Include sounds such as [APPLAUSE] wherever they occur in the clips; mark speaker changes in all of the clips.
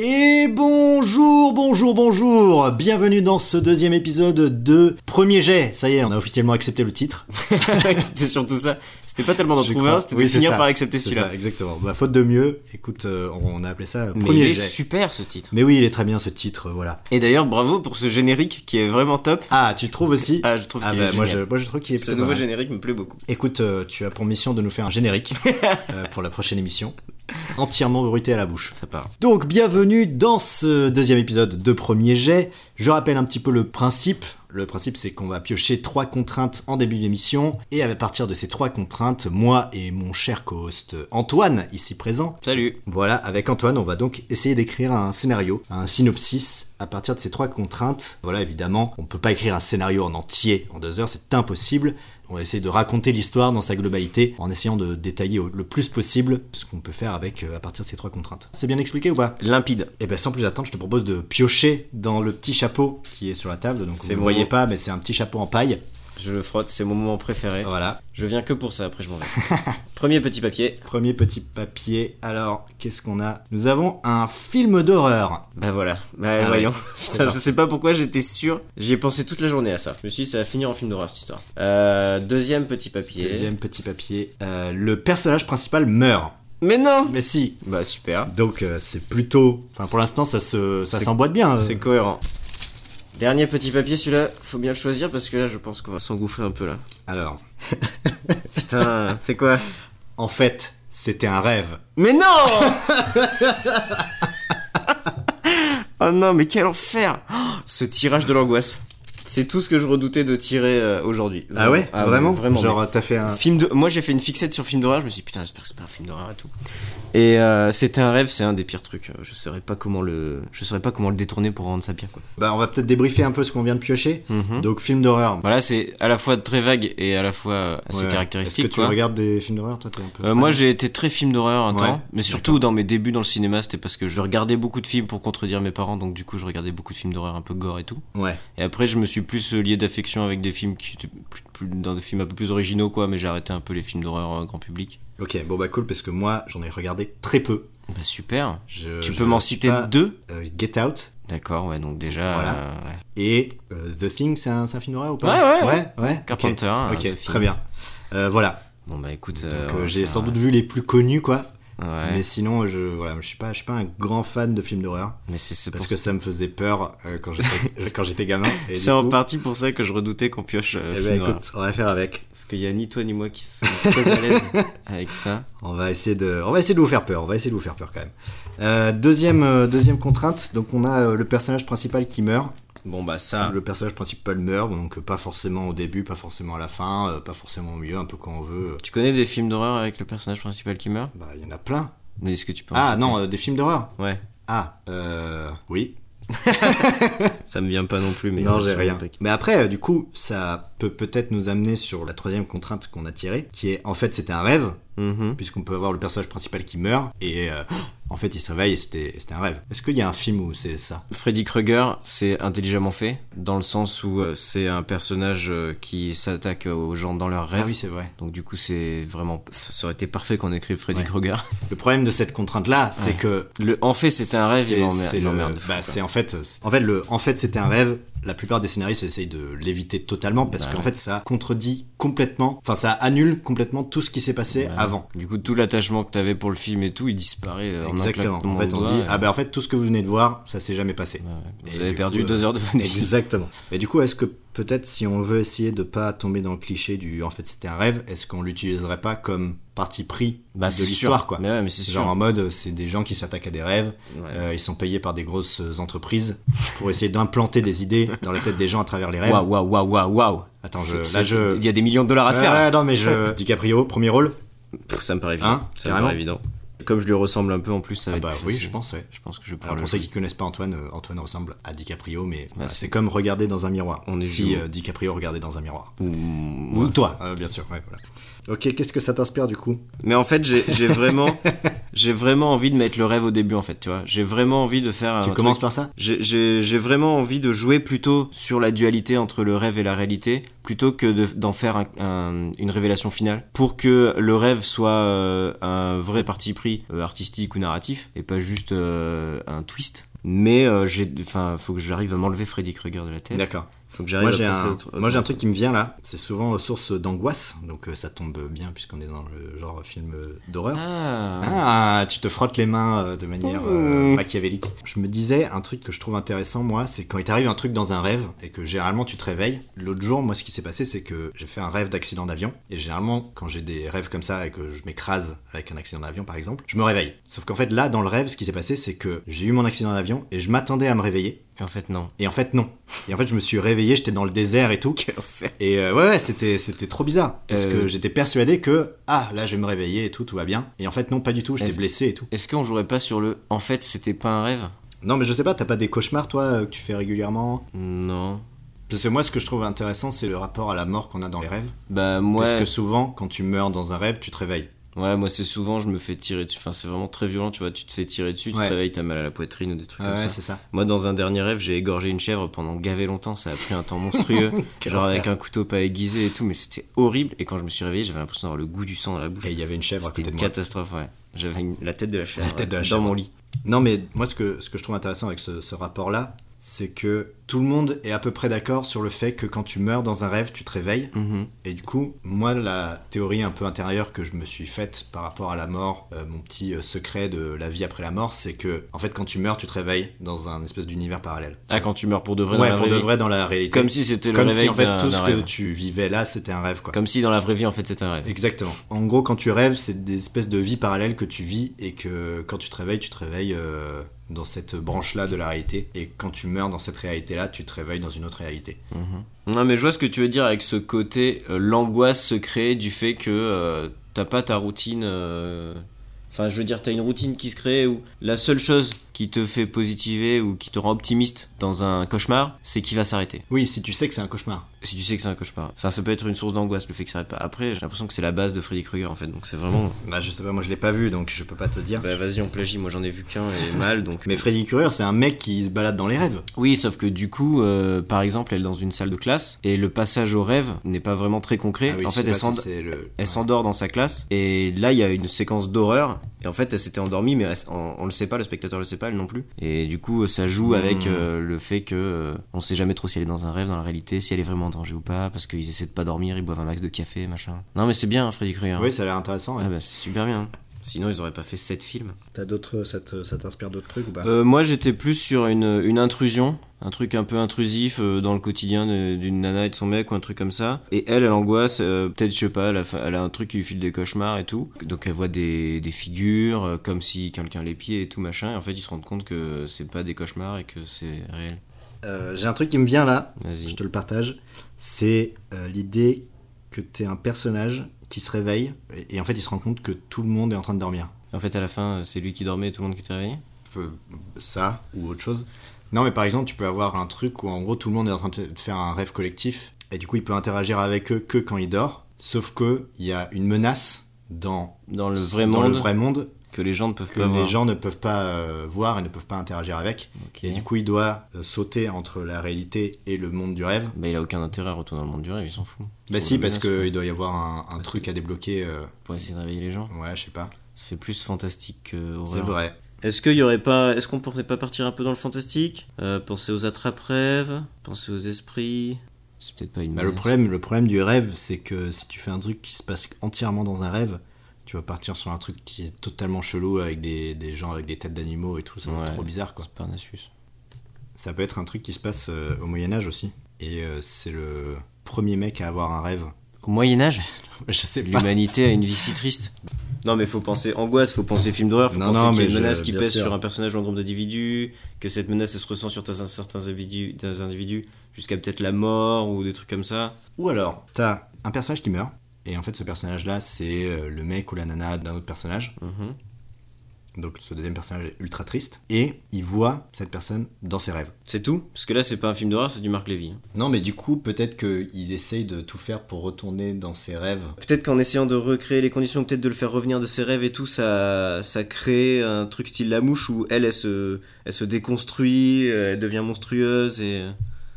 Speaker 1: Et bonjour, bonjour, bonjour Bienvenue dans ce deuxième épisode de Premier Jet. Ça y est, on a officiellement accepté le titre.
Speaker 2: [LAUGHS] c'était surtout ça. C'était pas tellement d'en
Speaker 1: Je
Speaker 2: trouver
Speaker 1: crois.
Speaker 2: un, c'était
Speaker 1: Oui,
Speaker 2: de
Speaker 1: c'est
Speaker 2: finir
Speaker 1: ça.
Speaker 2: par accepter
Speaker 1: C'est
Speaker 2: celui-là.
Speaker 1: ça, exactement. Bah, faute de mieux, écoute, euh, on a appelé ça
Speaker 2: Mais
Speaker 1: Premier
Speaker 2: il est
Speaker 1: Jet.
Speaker 2: super ce titre.
Speaker 1: Mais oui, il est très bien ce titre, euh, voilà.
Speaker 2: Et d'ailleurs, bravo pour ce générique qui est vraiment top.
Speaker 1: Ah, tu trouves aussi
Speaker 2: Ah, je trouve
Speaker 1: Ah
Speaker 2: qu'il
Speaker 1: bah,
Speaker 2: est
Speaker 1: moi, je,
Speaker 2: génial.
Speaker 1: moi je trouve qu'il est
Speaker 2: Ce
Speaker 1: plutôt
Speaker 2: nouveau
Speaker 1: marrant.
Speaker 2: générique me plaît beaucoup.
Speaker 1: Écoute, euh, tu as pour mission de nous faire un
Speaker 2: [LAUGHS]
Speaker 1: générique euh, pour la prochaine émission, entièrement bruité à la bouche.
Speaker 2: Ça part.
Speaker 1: Donc bienvenue dans ce deuxième épisode de Premier Jet. Je rappelle un petit peu le principe. Le principe c'est qu'on va piocher trois contraintes en début d'émission et à partir de ces trois contraintes, moi et mon cher co-host Antoine, ici présent,
Speaker 2: Salut.
Speaker 1: voilà, avec Antoine, on va donc essayer d'écrire un scénario, un synopsis à partir de ces trois contraintes. Voilà, évidemment, on ne peut pas écrire un scénario en entier en deux heures, c'est impossible. On va essayer de raconter l'histoire dans sa globalité en essayant de détailler au- le plus possible ce qu'on peut faire avec euh, à partir de ces trois contraintes. C'est bien expliqué ou pas
Speaker 2: Limpide.
Speaker 1: Eh bien, sans plus attendre, je te propose de piocher dans le petit chapeau qui est sur la table. Donc, vous
Speaker 2: C'est
Speaker 1: ne le
Speaker 2: mon-
Speaker 1: voyez pas, mais c'est un petit chapeau en paille.
Speaker 2: Je le frotte, c'est mon moment préféré.
Speaker 1: Voilà.
Speaker 2: Je viens que pour ça, après [LAUGHS] je m'en vais. Premier petit papier.
Speaker 1: Premier petit papier. Alors, qu'est-ce qu'on a Nous avons un film d'horreur.
Speaker 2: Bah voilà. Bah
Speaker 1: Ah
Speaker 2: voyons.
Speaker 1: ouais.
Speaker 2: [LAUGHS] Putain, je sais pas pourquoi j'étais sûr. J'y ai pensé toute la journée à ça. Je me suis dit, ça va finir en film d'horreur cette histoire. Euh, deuxième petit papier.
Speaker 1: Deuxième petit papier. Euh, le personnage principal meurt.
Speaker 2: Mais non
Speaker 1: Mais si.
Speaker 2: Bah super.
Speaker 1: Donc euh, c'est plutôt. Enfin pour l'instant ça se ça
Speaker 2: C'est-
Speaker 1: s'emboîte bien. euh.
Speaker 2: C'est cohérent. Dernier petit papier, celui-là, faut bien le choisir parce que là, je pense qu'on va s'engouffrer un peu là.
Speaker 1: Alors
Speaker 2: Putain, [LAUGHS] c'est quoi
Speaker 1: en fait c'était un rêve.
Speaker 2: Mais non [LAUGHS] Oh non, mais quel enfer Oh, Ce tirage de l'angoisse. C'est tout ce que je redoutais de tirer euh, aujourd'hui.
Speaker 1: Ah ouais vraiment
Speaker 2: Vraiment. euh,
Speaker 1: Genre t'as fait un.
Speaker 2: Film de... Moi j'ai fait une fixette sur film d'horreur, je me suis dit putain j'espère que c'est pas un film d'horreur et tout. Et euh, c'était un rêve, c'est un des pires trucs. Je saurais pas comment le, je saurais pas comment le détourner pour rendre ça bien quoi.
Speaker 1: Bah on va peut-être débriefer un peu ce qu'on vient de piocher.
Speaker 2: Mhm.
Speaker 1: Donc film d'horreur.
Speaker 2: Voilà, c'est à la fois très vague et à la fois euh, assez
Speaker 1: Ouais.
Speaker 2: caractéristique.
Speaker 1: Est-ce que tu
Speaker 2: quoi.
Speaker 1: regardes des films d'horreur toi t'es un peu.
Speaker 2: Euh,
Speaker 1: fan
Speaker 2: moi, j'ai été très film d'horreur un
Speaker 1: Ouais,
Speaker 2: temps, mais surtout dans mes débuts dans le cinéma, c'était parce que je regardais beaucoup de films pour contredire mes parents, donc du coup, je regardais beaucoup de films d'horreur un peu gore et tout.
Speaker 1: Ouais.
Speaker 2: Et après, je me suis plus euh, lié d'affection avec des films qui étaient plus, plus- dans des films un peu plus originaux, quoi, mais j'ai arrêté un peu les films d'horreur euh, grand public.
Speaker 1: Ok bon bah cool parce que moi j'en ai regardé très peu.
Speaker 2: Bah super.
Speaker 1: Je-
Speaker 2: tu
Speaker 1: Euh, je
Speaker 2: peux m'en
Speaker 1: sais
Speaker 2: citer
Speaker 1: pas.
Speaker 2: deux
Speaker 1: Euh, Get Out
Speaker 2: D'accord, ouais, donc déjà.
Speaker 1: Voilà.
Speaker 2: euh, ouais.
Speaker 1: Et euh, The Thing, c'est un, c'est un film d'horreur ou pas
Speaker 2: Ouais, ouais,
Speaker 1: ouais. ouais.
Speaker 2: Carpenter, hein,
Speaker 1: Ok,
Speaker 2: The Thing.
Speaker 1: très bien. Euh, voilà.
Speaker 2: Bon, bah écoute.
Speaker 1: Donc
Speaker 2: euh,
Speaker 1: euh,
Speaker 2: on va
Speaker 1: j'ai
Speaker 2: faire,
Speaker 1: sans doute vu les plus connus, quoi.
Speaker 2: euh, ouais.
Speaker 1: Mais
Speaker 2: Mais,
Speaker 1: sinon, je voilà, je suis pas, je suis pas un grand fan de films d'horreur
Speaker 2: c'est c'est pour
Speaker 1: parce que ça me faisait peur euh, quand
Speaker 2: [LAUGHS]
Speaker 1: j'étais quand j'étais gamin. Et
Speaker 2: ça-
Speaker 1: du
Speaker 2: C'est en
Speaker 1: coup,
Speaker 2: partie pour ça que je redoutais qu'on pioche. euh,
Speaker 1: eh ben,
Speaker 2: film d'horreur.
Speaker 1: écoute, on va faire avec.
Speaker 2: Parce qu'il y a ni toi ni moi qui sont très à l'aise [LAUGHS] avec ça.
Speaker 1: On va essayer de, on va essayer de vous faire peur. On va essayer de vous faire peur quand même. Euh, deuxième euh, deuxième contrainte. Donc on a euh, le personnage principal qui meurt.
Speaker 2: Bon, bah ça.
Speaker 1: Le personnage principal meurt, donc euh, pas forcément au début, pas forcément à la fin, euh, pas forcément au milieu, un peu quand on veut.
Speaker 2: Tu connais des films d'horreur avec le personnage principal qui meurt
Speaker 1: Bah il y en a plein.
Speaker 2: Mais est-ce que tu penses
Speaker 1: Ah non, euh, des films d'horreur.
Speaker 2: Ouais,
Speaker 1: Ah euh, oui,
Speaker 2: ça me vient pas non plus, mais.
Speaker 1: non,
Speaker 2: euh,
Speaker 1: j'ai
Speaker 2: sur
Speaker 1: rien.
Speaker 2: le pack.
Speaker 1: Mais après, euh, du coup, ça peut peut-être nous amener sur la troisième contrainte qu'on a tirée, qui est en fait c'était un rêve,
Speaker 2: Mhm.
Speaker 1: puisqu'on peut avoir le personnage principal qui meurt, et euh, [GASPS] en fait il se réveille et c'était et c'était un rêve. Est-ce qu'il y a un film où c'est ça
Speaker 2: Freddy Krueger, c'est intelligemment fait, dans le sens où euh, c'est un personnage euh, qui s'attaque aux gens dans leurs
Speaker 1: Ah
Speaker 2: rêves.
Speaker 1: oui, c'est vrai.
Speaker 2: Donc du coup, c'est vraiment. Ça aurait été parfait qu'on écrive Freddy
Speaker 1: Ouais.
Speaker 2: Krueger. [LAUGHS]
Speaker 1: Le problème de cette contrainte-là, c'est
Speaker 2: Ouais.
Speaker 1: que.
Speaker 2: Le, en fait, c'était un rêve, il m'emmerde.
Speaker 1: c'est
Speaker 2: il
Speaker 1: le-
Speaker 2: m'emmerde de fou,
Speaker 1: bah,
Speaker 2: quoi.
Speaker 1: c'est en fait, en fait, le, en fait, c'était un rêve. La plupart des scénaristes essayent de l'éviter totalement parce
Speaker 2: Bah
Speaker 1: qu'en
Speaker 2: ouais.
Speaker 1: fait, ça contredit complètement, enfin, ça annule complètement tout ce qui s'est passé
Speaker 2: Bah,
Speaker 1: avant.
Speaker 2: Du coup, tout l'attachement que t'avais pour le film et tout, il disparaît euh, en un
Speaker 1: Exactement.
Speaker 2: claquement
Speaker 1: En
Speaker 2: de
Speaker 1: fait, on
Speaker 2: doigts, euh,
Speaker 1: dit,
Speaker 2: et-
Speaker 1: ah ben en fait, tout ce que vous venez de voir, ça s'est jamais passé.
Speaker 2: Ouais, ouais.
Speaker 1: Et
Speaker 2: Vous avez
Speaker 1: du
Speaker 2: perdu
Speaker 1: coup, euh,
Speaker 2: deux heures de [LAUGHS] votre vie.
Speaker 1: Exactement. Et du coup, est-ce que peut-être si on veut essayer de pas tomber dans le cliché du en fait c'était un rêve, est-ce qu'on l'utiliserait pas comme parti pris
Speaker 2: Bah,
Speaker 1: de
Speaker 2: c'est sûr.
Speaker 1: l'histoire quoi
Speaker 2: Mais ouais, mais c'est
Speaker 1: Genre
Speaker 2: sûr.
Speaker 1: en mode, c'est des gens qui s'attaquent à des rêves,
Speaker 2: Ouais.
Speaker 1: euh, ils sont payés par des grosses entreprises pour essayer d'implanter des idées dans la tête des gens à travers les rêves.
Speaker 2: Waouh, Ah, waouh, waouh, waouh, waouh.
Speaker 1: Attends, je-
Speaker 2: C'est-
Speaker 1: là,
Speaker 2: c'est-
Speaker 1: je-
Speaker 2: Il y a des millions de dollars à se faire.
Speaker 1: Ouais, ouais, Euh, non mais je DiCaprio premier rôle.
Speaker 2: Pff, Ça me paraît évident.
Speaker 1: Hein,
Speaker 2: ça me
Speaker 1: carrément.
Speaker 2: paraît évident. Comme je lui ressemble un peu en plus, ça va
Speaker 1: Ah
Speaker 2: être
Speaker 1: bah
Speaker 2: plus
Speaker 1: oui,
Speaker 2: facile.
Speaker 1: je pense ouais.
Speaker 2: Je pense que je vais
Speaker 1: Alors
Speaker 2: pouvoir
Speaker 1: pour
Speaker 2: le
Speaker 1: ceux qui connaissent pas Antoine, euh, Antoine ressemble à DiCaprio, mais
Speaker 2: Bah,
Speaker 1: euh,
Speaker 2: c'est-
Speaker 1: c'est comme regarder dans un miroir.
Speaker 2: On est
Speaker 1: si
Speaker 2: jumeaux.
Speaker 1: euh, DiCaprio regardait dans un miroir.
Speaker 2: Ouh.
Speaker 1: Ou toi, euh, bien sûr. ouais, voilà. Ok, qu'est-ce que ça t'inspire du coup
Speaker 2: [LAUGHS] Mais en fait, j'ai j'ai vraiment, j'ai vraiment envie de mettre le rêve au début en fait, tu vois. J'ai vraiment envie de faire.
Speaker 1: Tu
Speaker 2: Ah, un
Speaker 1: commences
Speaker 2: truc-
Speaker 1: par ça
Speaker 2: J'ai- J'ai j'ai vraiment envie de jouer plutôt sur la dualité entre le rêve et la réalité, plutôt que de- d'en faire un- un- une révélation finale, pour que le rêve soit euh, un vrai parti pris euh, artistique ou narratif, et pas juste euh, un twist. Mais euh, j'ai, enfin, faut que j'arrive à m'enlever Freddy Krueger de la tête.
Speaker 1: D'accord.
Speaker 2: Faut que
Speaker 1: Moi
Speaker 2: j'arrive
Speaker 1: j'ai
Speaker 2: à penser
Speaker 1: un,
Speaker 2: autre-
Speaker 1: moi, j'ai un truc qui me vient là, c'est souvent source d'angoisse, donc euh, ça tombe bien puisqu'on est dans le genre film euh, d'horreur.
Speaker 2: Ah.
Speaker 1: Ah, tu te frottes les mains euh, de manière euh,
Speaker 2: Mmh.
Speaker 1: machiavélique. Je me disais, un truc que je trouve intéressant, moi, c'est quand il t'arrive un truc dans un rêve et que généralement tu te réveilles. L'autre jour, moi, ce qui s'est passé, c'est que j'ai fait un rêve d'accident d'avion. Et généralement, quand j'ai des rêves comme ça et que je m'écrase avec un accident d'avion, par exemple, je me réveille. Sauf qu'en fait, là, dans le rêve, ce qui s'est passé, c'est que j'ai eu mon accident d'avion et je m'attendais à me réveiller.
Speaker 2: En fait non.
Speaker 1: Et en fait, non. Et en fait, je me suis réveillé, j'étais dans le désert et tout.
Speaker 2: En fait.
Speaker 1: Et euh, ouais, ouais, c'était, c'était trop bizarre. Parce
Speaker 2: Euh.
Speaker 1: que j'étais persuadé que, ah, là, je vais me réveiller et tout, tout va bien. Et en fait, non, pas du tout, j'étais
Speaker 2: Est-ce-
Speaker 1: blessé et tout.
Speaker 2: Est-ce qu'on jouerait pas sur le en fait c'était pas un rêve
Speaker 1: Non, mais je sais pas, t'as pas des cauchemars, toi, euh, que tu fais régulièrement
Speaker 2: Non.
Speaker 1: Parce que moi, ce que je trouve intéressant, c'est le rapport à la mort qu'on a dans les rêves.
Speaker 2: Bah moi
Speaker 1: Parce que souvent, quand tu meurs dans un rêve, tu te réveilles.
Speaker 2: ouais moi c'est souvent je me fais tirer dessus enfin c'est vraiment très violent tu vois tu te fais tirer dessus tu
Speaker 1: Ouais.
Speaker 2: te réveilles t'as mal à la poitrine ou des trucs
Speaker 1: Ah
Speaker 2: comme
Speaker 1: ouais,
Speaker 2: ça.
Speaker 1: c'est ça.
Speaker 2: Moi dans un dernier rêve j'ai égorgé une chèvre pendant gavé longtemps ça a pris un temps
Speaker 1: [LAUGHS]
Speaker 2: monstrueux
Speaker 1: Quel
Speaker 2: genre
Speaker 1: enfer.
Speaker 2: avec un couteau pas aiguisé et tout mais c'était horrible et quand je me suis réveillé j'avais l'impression d'avoir le goût du sang dans la bouche.
Speaker 1: Et il y avait une chèvre à
Speaker 2: C'était
Speaker 1: côté
Speaker 2: une
Speaker 1: de moi.
Speaker 2: catastrophe ouais. J'avais une- la tête de la chèvre
Speaker 1: tête de la
Speaker 2: dans
Speaker 1: chèvre.
Speaker 2: mon lit.
Speaker 1: Non, mais moi, ce que, ce que je trouve intéressant avec ce, ce rapport-là, c'est que tout le monde est à peu près d'accord sur le fait que quand tu meurs dans un rêve, tu te réveilles.
Speaker 2: Mhm.
Speaker 1: Et du coup, moi, la théorie un peu intérieure que je me suis faite par rapport à la mort, euh, mon petit euh, secret de la vie après la mort, c'est que, en fait, quand tu meurs, tu te réveilles dans un espèce d'univers parallèle.
Speaker 2: Ah quand tu meurs pour de vrai dans
Speaker 1: ouais,
Speaker 2: la
Speaker 1: pour
Speaker 2: vraie
Speaker 1: de
Speaker 2: vie.
Speaker 1: vrai dans la réalité.
Speaker 2: Comme si c'était le
Speaker 1: Comme
Speaker 2: réveil
Speaker 1: si, en fait,
Speaker 2: d'un-
Speaker 1: tout
Speaker 2: d'un
Speaker 1: ce que
Speaker 2: rêve.
Speaker 1: tu vivais là, c'était un rêve, quoi.
Speaker 2: Comme si dans la vraie vie en fait c'était un rêve.
Speaker 1: Exactement. En gros, quand tu rêves, c'est des espèces de vies parallèles que tu vis et que quand tu te réveilles, tu te réveilles euh, dans cette branche-là de la réalité. Et quand tu meurs dans cette réalité-là, tu te réveilles dans une autre réalité.
Speaker 2: Non, mais je vois ce que tu veux dire avec ce côté, euh, l'angoisse se crée du fait que euh, t'as pas ta routine. euh, Enfin, je veux dire, t'as une routine qui se crée où la seule chose qui te fait positiver ou qui te rend optimiste dans un cauchemar, c'est qu'il va s'arrêter.
Speaker 1: Oui, si tu sais que c'est un cauchemar.
Speaker 2: Si tu sais que c'est un cauchemar. Enfin, ça peut être une source d'angoisse le fait que ça s'arrête pas. Après, j'ai l'impression que c'est la base de Freddy Krueger en fait, donc c'est vraiment.
Speaker 1: Bah, je sais pas, moi je l'ai pas vu, donc je peux pas te dire.
Speaker 2: Bah, vas-y, on plagie, moi j'en ai vu qu'un
Speaker 1: [LAUGHS]
Speaker 2: et mal donc.
Speaker 1: Mais Freddy Krueger, c'est un mec qui se balade dans les rêves.
Speaker 2: Oui, sauf que du coup, euh, par exemple, elle est dans une salle de classe et le passage au rêve n'est pas vraiment très concret.
Speaker 1: Ah oui,
Speaker 2: en
Speaker 1: je
Speaker 2: fait,
Speaker 1: sais
Speaker 2: elle
Speaker 1: pas
Speaker 2: s'en-
Speaker 1: si c'est le-
Speaker 2: Elle s'endort dans sa classe et là il y a une séquence d'horreur et en fait elle s'était endormie mais elle s- on, on le sait pas, le spectateur le sait pas, elle non plus. Et du coup ça joue avec euh, le fait que euh, on sait jamais trop si elle est dans un rêve, dans la réalité, si elle est vraiment en danger ou pas parce qu'ils essaient de pas dormir, ils boivent un max de café machin. Non mais c'est bien hein, Freddy Krueger.
Speaker 1: Oui, ça a l'air intéressant. ouais.
Speaker 2: Ah bah c'est super bien. hein. Sinon ils auraient pas fait 7 films.
Speaker 1: T'as d'autres, ça, te- ça t'inspire d'autres trucs ou pas
Speaker 2: Euh, moi, j'étais plus sur une, une intrusion, un truc un peu intrusif euh, dans le quotidien de- d'une nana et de son mec ou un truc comme ça. Et elle, elle angoisse, euh, peut-être, je sais pas, elle a, fa- elle a un truc qui lui file des cauchemars et tout. Donc elle voit des, des figures, euh, comme si quelqu'un l'épiait et tout machin. Et en fait, ils se rendent compte que c'est pas des cauchemars et que c'est réel.
Speaker 1: Euh, J'ai un truc qui me vient là.
Speaker 2: Vas-y.
Speaker 1: je te le partage, c'est euh, l'idée que t'es un personnage qui se réveille et, et en fait il se rend compte que tout le monde est en train de dormir.
Speaker 2: En fait, à la fin, euh, c'est lui qui dormait et tout le monde qui était réveillé.
Speaker 1: Peu- Ça ou autre chose. Non mais par exemple tu peux avoir un truc où en gros tout le monde est en train de de faire un rêve collectif et du coup il peut interagir avec eux que quand il dort, sauf que il y a une menace dans,
Speaker 2: Dans le vrai
Speaker 1: dans
Speaker 2: monde,
Speaker 1: le vrai monde
Speaker 2: que les gens ne peuvent
Speaker 1: que
Speaker 2: pas
Speaker 1: les
Speaker 2: voir.
Speaker 1: gens ne peuvent pas euh, voir et ne peuvent pas interagir avec.
Speaker 2: Ok.
Speaker 1: Et du coup il doit euh, sauter entre la réalité et le monde du rêve
Speaker 2: Bah, il a aucun intérêt à retourner dans le monde du rêve, il s'en fout.
Speaker 1: Bah
Speaker 2: Trouve
Speaker 1: si,
Speaker 2: la
Speaker 1: parce
Speaker 2: menace,
Speaker 1: qu'il doit y avoir un, un truc à débloquer. euh,
Speaker 2: Pour essayer de réveiller les gens.
Speaker 1: ouais, je sais pas.
Speaker 2: Ça fait plus fantastique que
Speaker 1: C'est
Speaker 2: horreur.
Speaker 1: vrai.
Speaker 2: Est-ce qu'il y aurait pas, est-ce qu'on pourrait pas partir un peu dans le fantastique Euh, Penser aux attrape-rêves, penser aux esprits. C'est peut-être pas une.
Speaker 1: Bah, le,
Speaker 2: menace.
Speaker 1: problème, le problème du rêve, c'est que si tu fais un truc qui se passe entièrement dans un rêve, tu vas partir sur un truc qui est totalement chelou avec des, des gens avec des têtes d'animaux et tout. Ça va être
Speaker 2: Ouais.
Speaker 1: trop bizarre quoi.
Speaker 2: C'est Parnassus.
Speaker 1: Ça peut être un truc qui se passe euh, au Moyen-Âge aussi. Et euh, c'est le premier mec à avoir un rêve. [LAUGHS]
Speaker 2: Au Moyen Âge,
Speaker 1: je sais pas.
Speaker 2: [LAUGHS] l'humanité a une vie si triste. Non mais faut penser angoisse, faut penser film d'horreur, faut
Speaker 1: Non,
Speaker 2: penser
Speaker 1: non,
Speaker 2: qu'il y a
Speaker 1: mais
Speaker 2: une
Speaker 1: je-
Speaker 2: menace qui
Speaker 1: bien
Speaker 2: pèse
Speaker 1: sûr.
Speaker 2: sur un personnage ou un groupe d'individus, que cette menace elle se ressent sur certains, certains individus, des individus jusqu'à peut-être la mort ou des trucs comme ça.
Speaker 1: Ou alors, t'as un personnage qui
Speaker 2: Mhm.
Speaker 1: meurt. Et en fait, ce personnage-là, c'est euh, le mec ou la nana d'un autre personnage. donc ce deuxième personnage est ultra triste, et il voit cette personne dans ses rêves.
Speaker 2: C'est tout Parce que là, c'est pas un film d'horreur, c'est du Marc Lévy. hein.
Speaker 1: Non, mais du coup, peut-être qu'il essaye de tout faire pour retourner dans ses rêves.
Speaker 2: Peut-être qu'en essayant de recréer les conditions, peut-être de le faire revenir de ses rêves et tout, ça, ça crée un truc style la mouche où elle, elle se, elle se déconstruit, euh, elle devient monstrueuse et.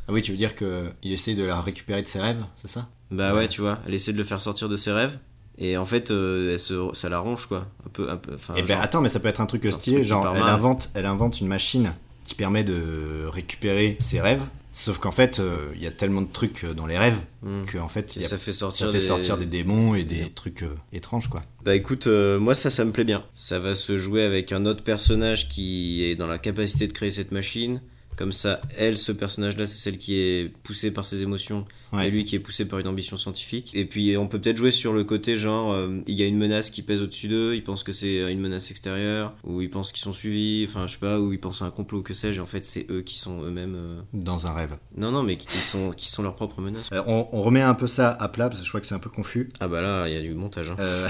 Speaker 1: Ah oui, tu veux dire qu'il essaye de la récupérer de ses rêves, c'est ça
Speaker 2: Bah ouais, tu vois, elle essaie de le faire sortir de ses rêves et en fait, euh, elle se, ça l'arrange quoi. Un peu. Un peu enfin,
Speaker 1: Eh ben
Speaker 2: Euh, genre-
Speaker 1: attends, mais ça peut être un truc
Speaker 2: genre
Speaker 1: stylé,
Speaker 2: truc
Speaker 1: genre
Speaker 2: hyper
Speaker 1: elle
Speaker 2: mal.
Speaker 1: invente, elle invente une machine qui permet de récupérer ses rêves, sauf qu'en fait, euh, il y a tellement de trucs euh, dans les rêves
Speaker 2: Hmm.
Speaker 1: que en fait, il y a-
Speaker 2: ça fait sortir,
Speaker 1: ça fait
Speaker 2: des-
Speaker 1: sortir des démons et des trucs euh, étranges, quoi.
Speaker 2: Bah écoute, euh, moi ça, ça me plaît bien. Ça va se jouer avec un autre personnage qui est dans la capacité de créer cette machine. Comme ça, elle, ce personnage-là, c'est celle qui est poussée par ses émotions
Speaker 1: Ouais.
Speaker 2: et lui qui est poussé par une ambition scientifique. Et puis on peut peut-être jouer sur le côté genre, euh, il y a une menace qui pèse au-dessus d'eux, ils pensent que c'est euh, une menace extérieure, ou ils pensent qu'ils sont suivis, enfin je sais pas, ou ils pensent à un complot, que sais-je, et en fait c'est eux qui sont eux-mêmes... euh,
Speaker 1: Dans un rêve.
Speaker 2: Non, non, mais qui, qui sont, qui sont leurs propres menaces.
Speaker 1: Euh, on, on remet un peu ça à plat parce que je crois que c'est un peu confus.
Speaker 2: Ah bah là, il y a du montage. hein.
Speaker 1: Euh,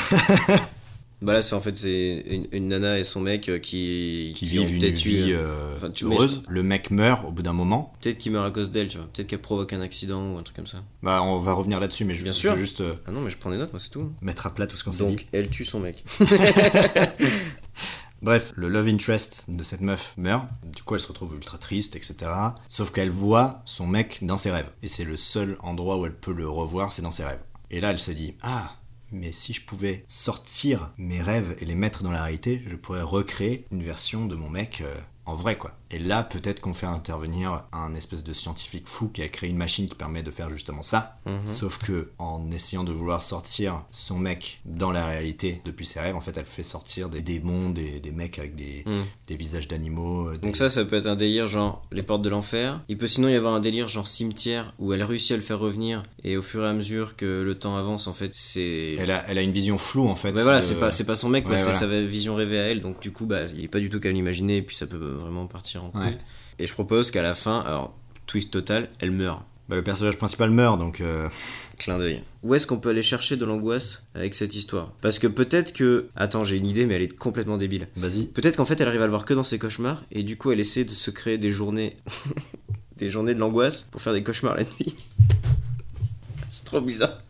Speaker 2: Bah là, c'est en fait c'est une, une nana et son mec euh, qui,
Speaker 1: qui
Speaker 2: ont
Speaker 1: vivent une
Speaker 2: peut-être eu-
Speaker 1: vie euh,
Speaker 2: enfin, tu- mais
Speaker 1: heureuse. Le mec meurt au bout d'un moment.
Speaker 2: Peut-être qu'ils meurent à cause d'elle, tu vois. Peut-être qu'elle provoque un accident ou un truc comme ça.
Speaker 1: Bah, on va revenir là-dessus, mais je,
Speaker 2: Bien
Speaker 1: je
Speaker 2: sûr.
Speaker 1: veux juste euh,
Speaker 2: Ah non, mais je prends des notes, moi, c'est tout.
Speaker 1: mettre à plat tout ce qu'on s'est dit.
Speaker 2: Donc, elle tue son mec.
Speaker 1: Bref, le love interest de cette meuf meurt. Du coup, elle se retrouve ultra triste, etc. Sauf qu'elle voit son mec dans ses rêves. Et c'est le seul endroit où elle peut le revoir, c'est dans ses rêves. Et là, elle se dit Ah, mais si je pouvais sortir mes rêves et les mettre dans la réalité, je pourrais recréer une version de mon mec. euh, en vrai, quoi. Et là, peut-être qu'on fait intervenir un espèce de scientifique fou qui a créé une machine qui permet de faire justement ça.
Speaker 2: Mmh.
Speaker 1: Sauf que, en essayant de vouloir sortir son mec dans la réalité depuis ses rêves, en fait, elle fait sortir des démons, des, des mecs avec des,
Speaker 2: Mhm.
Speaker 1: des visages d'animaux. euh, des-
Speaker 2: Donc ça, ça peut être un délire genre les portes de l'enfer. Il peut sinon y avoir un délire genre cimetière où elle réussit à le faire revenir et au fur et à mesure que le temps avance, en fait, c'est...
Speaker 1: elle a, elle a une vision floue, en fait.
Speaker 2: Ouais, voilà,
Speaker 1: de-
Speaker 2: c'est pas, c'est pas son mec, quoi,
Speaker 1: Ouais,
Speaker 2: c'est
Speaker 1: voilà.
Speaker 2: sa vision rêvée à elle, donc du coup, bah, il est pas du tout qu'à l'imaginer, et puis ça peut vraiment partir en couille.
Speaker 1: Ouais.
Speaker 2: Et je propose qu'à la fin, alors, twist total, elle meurt.
Speaker 1: Bah, le personnage principal meurt, donc. euh,
Speaker 2: Clin d'œil. Où est-ce qu'on peut aller chercher de l'angoisse avec cette histoire Parce que peut-être que. Attends, j'ai une idée, mais elle est complètement débile.
Speaker 1: Vas-y.
Speaker 2: Peut-être qu'en fait, elle arrive à le voir que dans ses cauchemars, et du coup, elle essaie de se créer des journées. [LAUGHS] des journées de l'angoisse pour faire des cauchemars la nuit. [LAUGHS] C'est trop bizarre.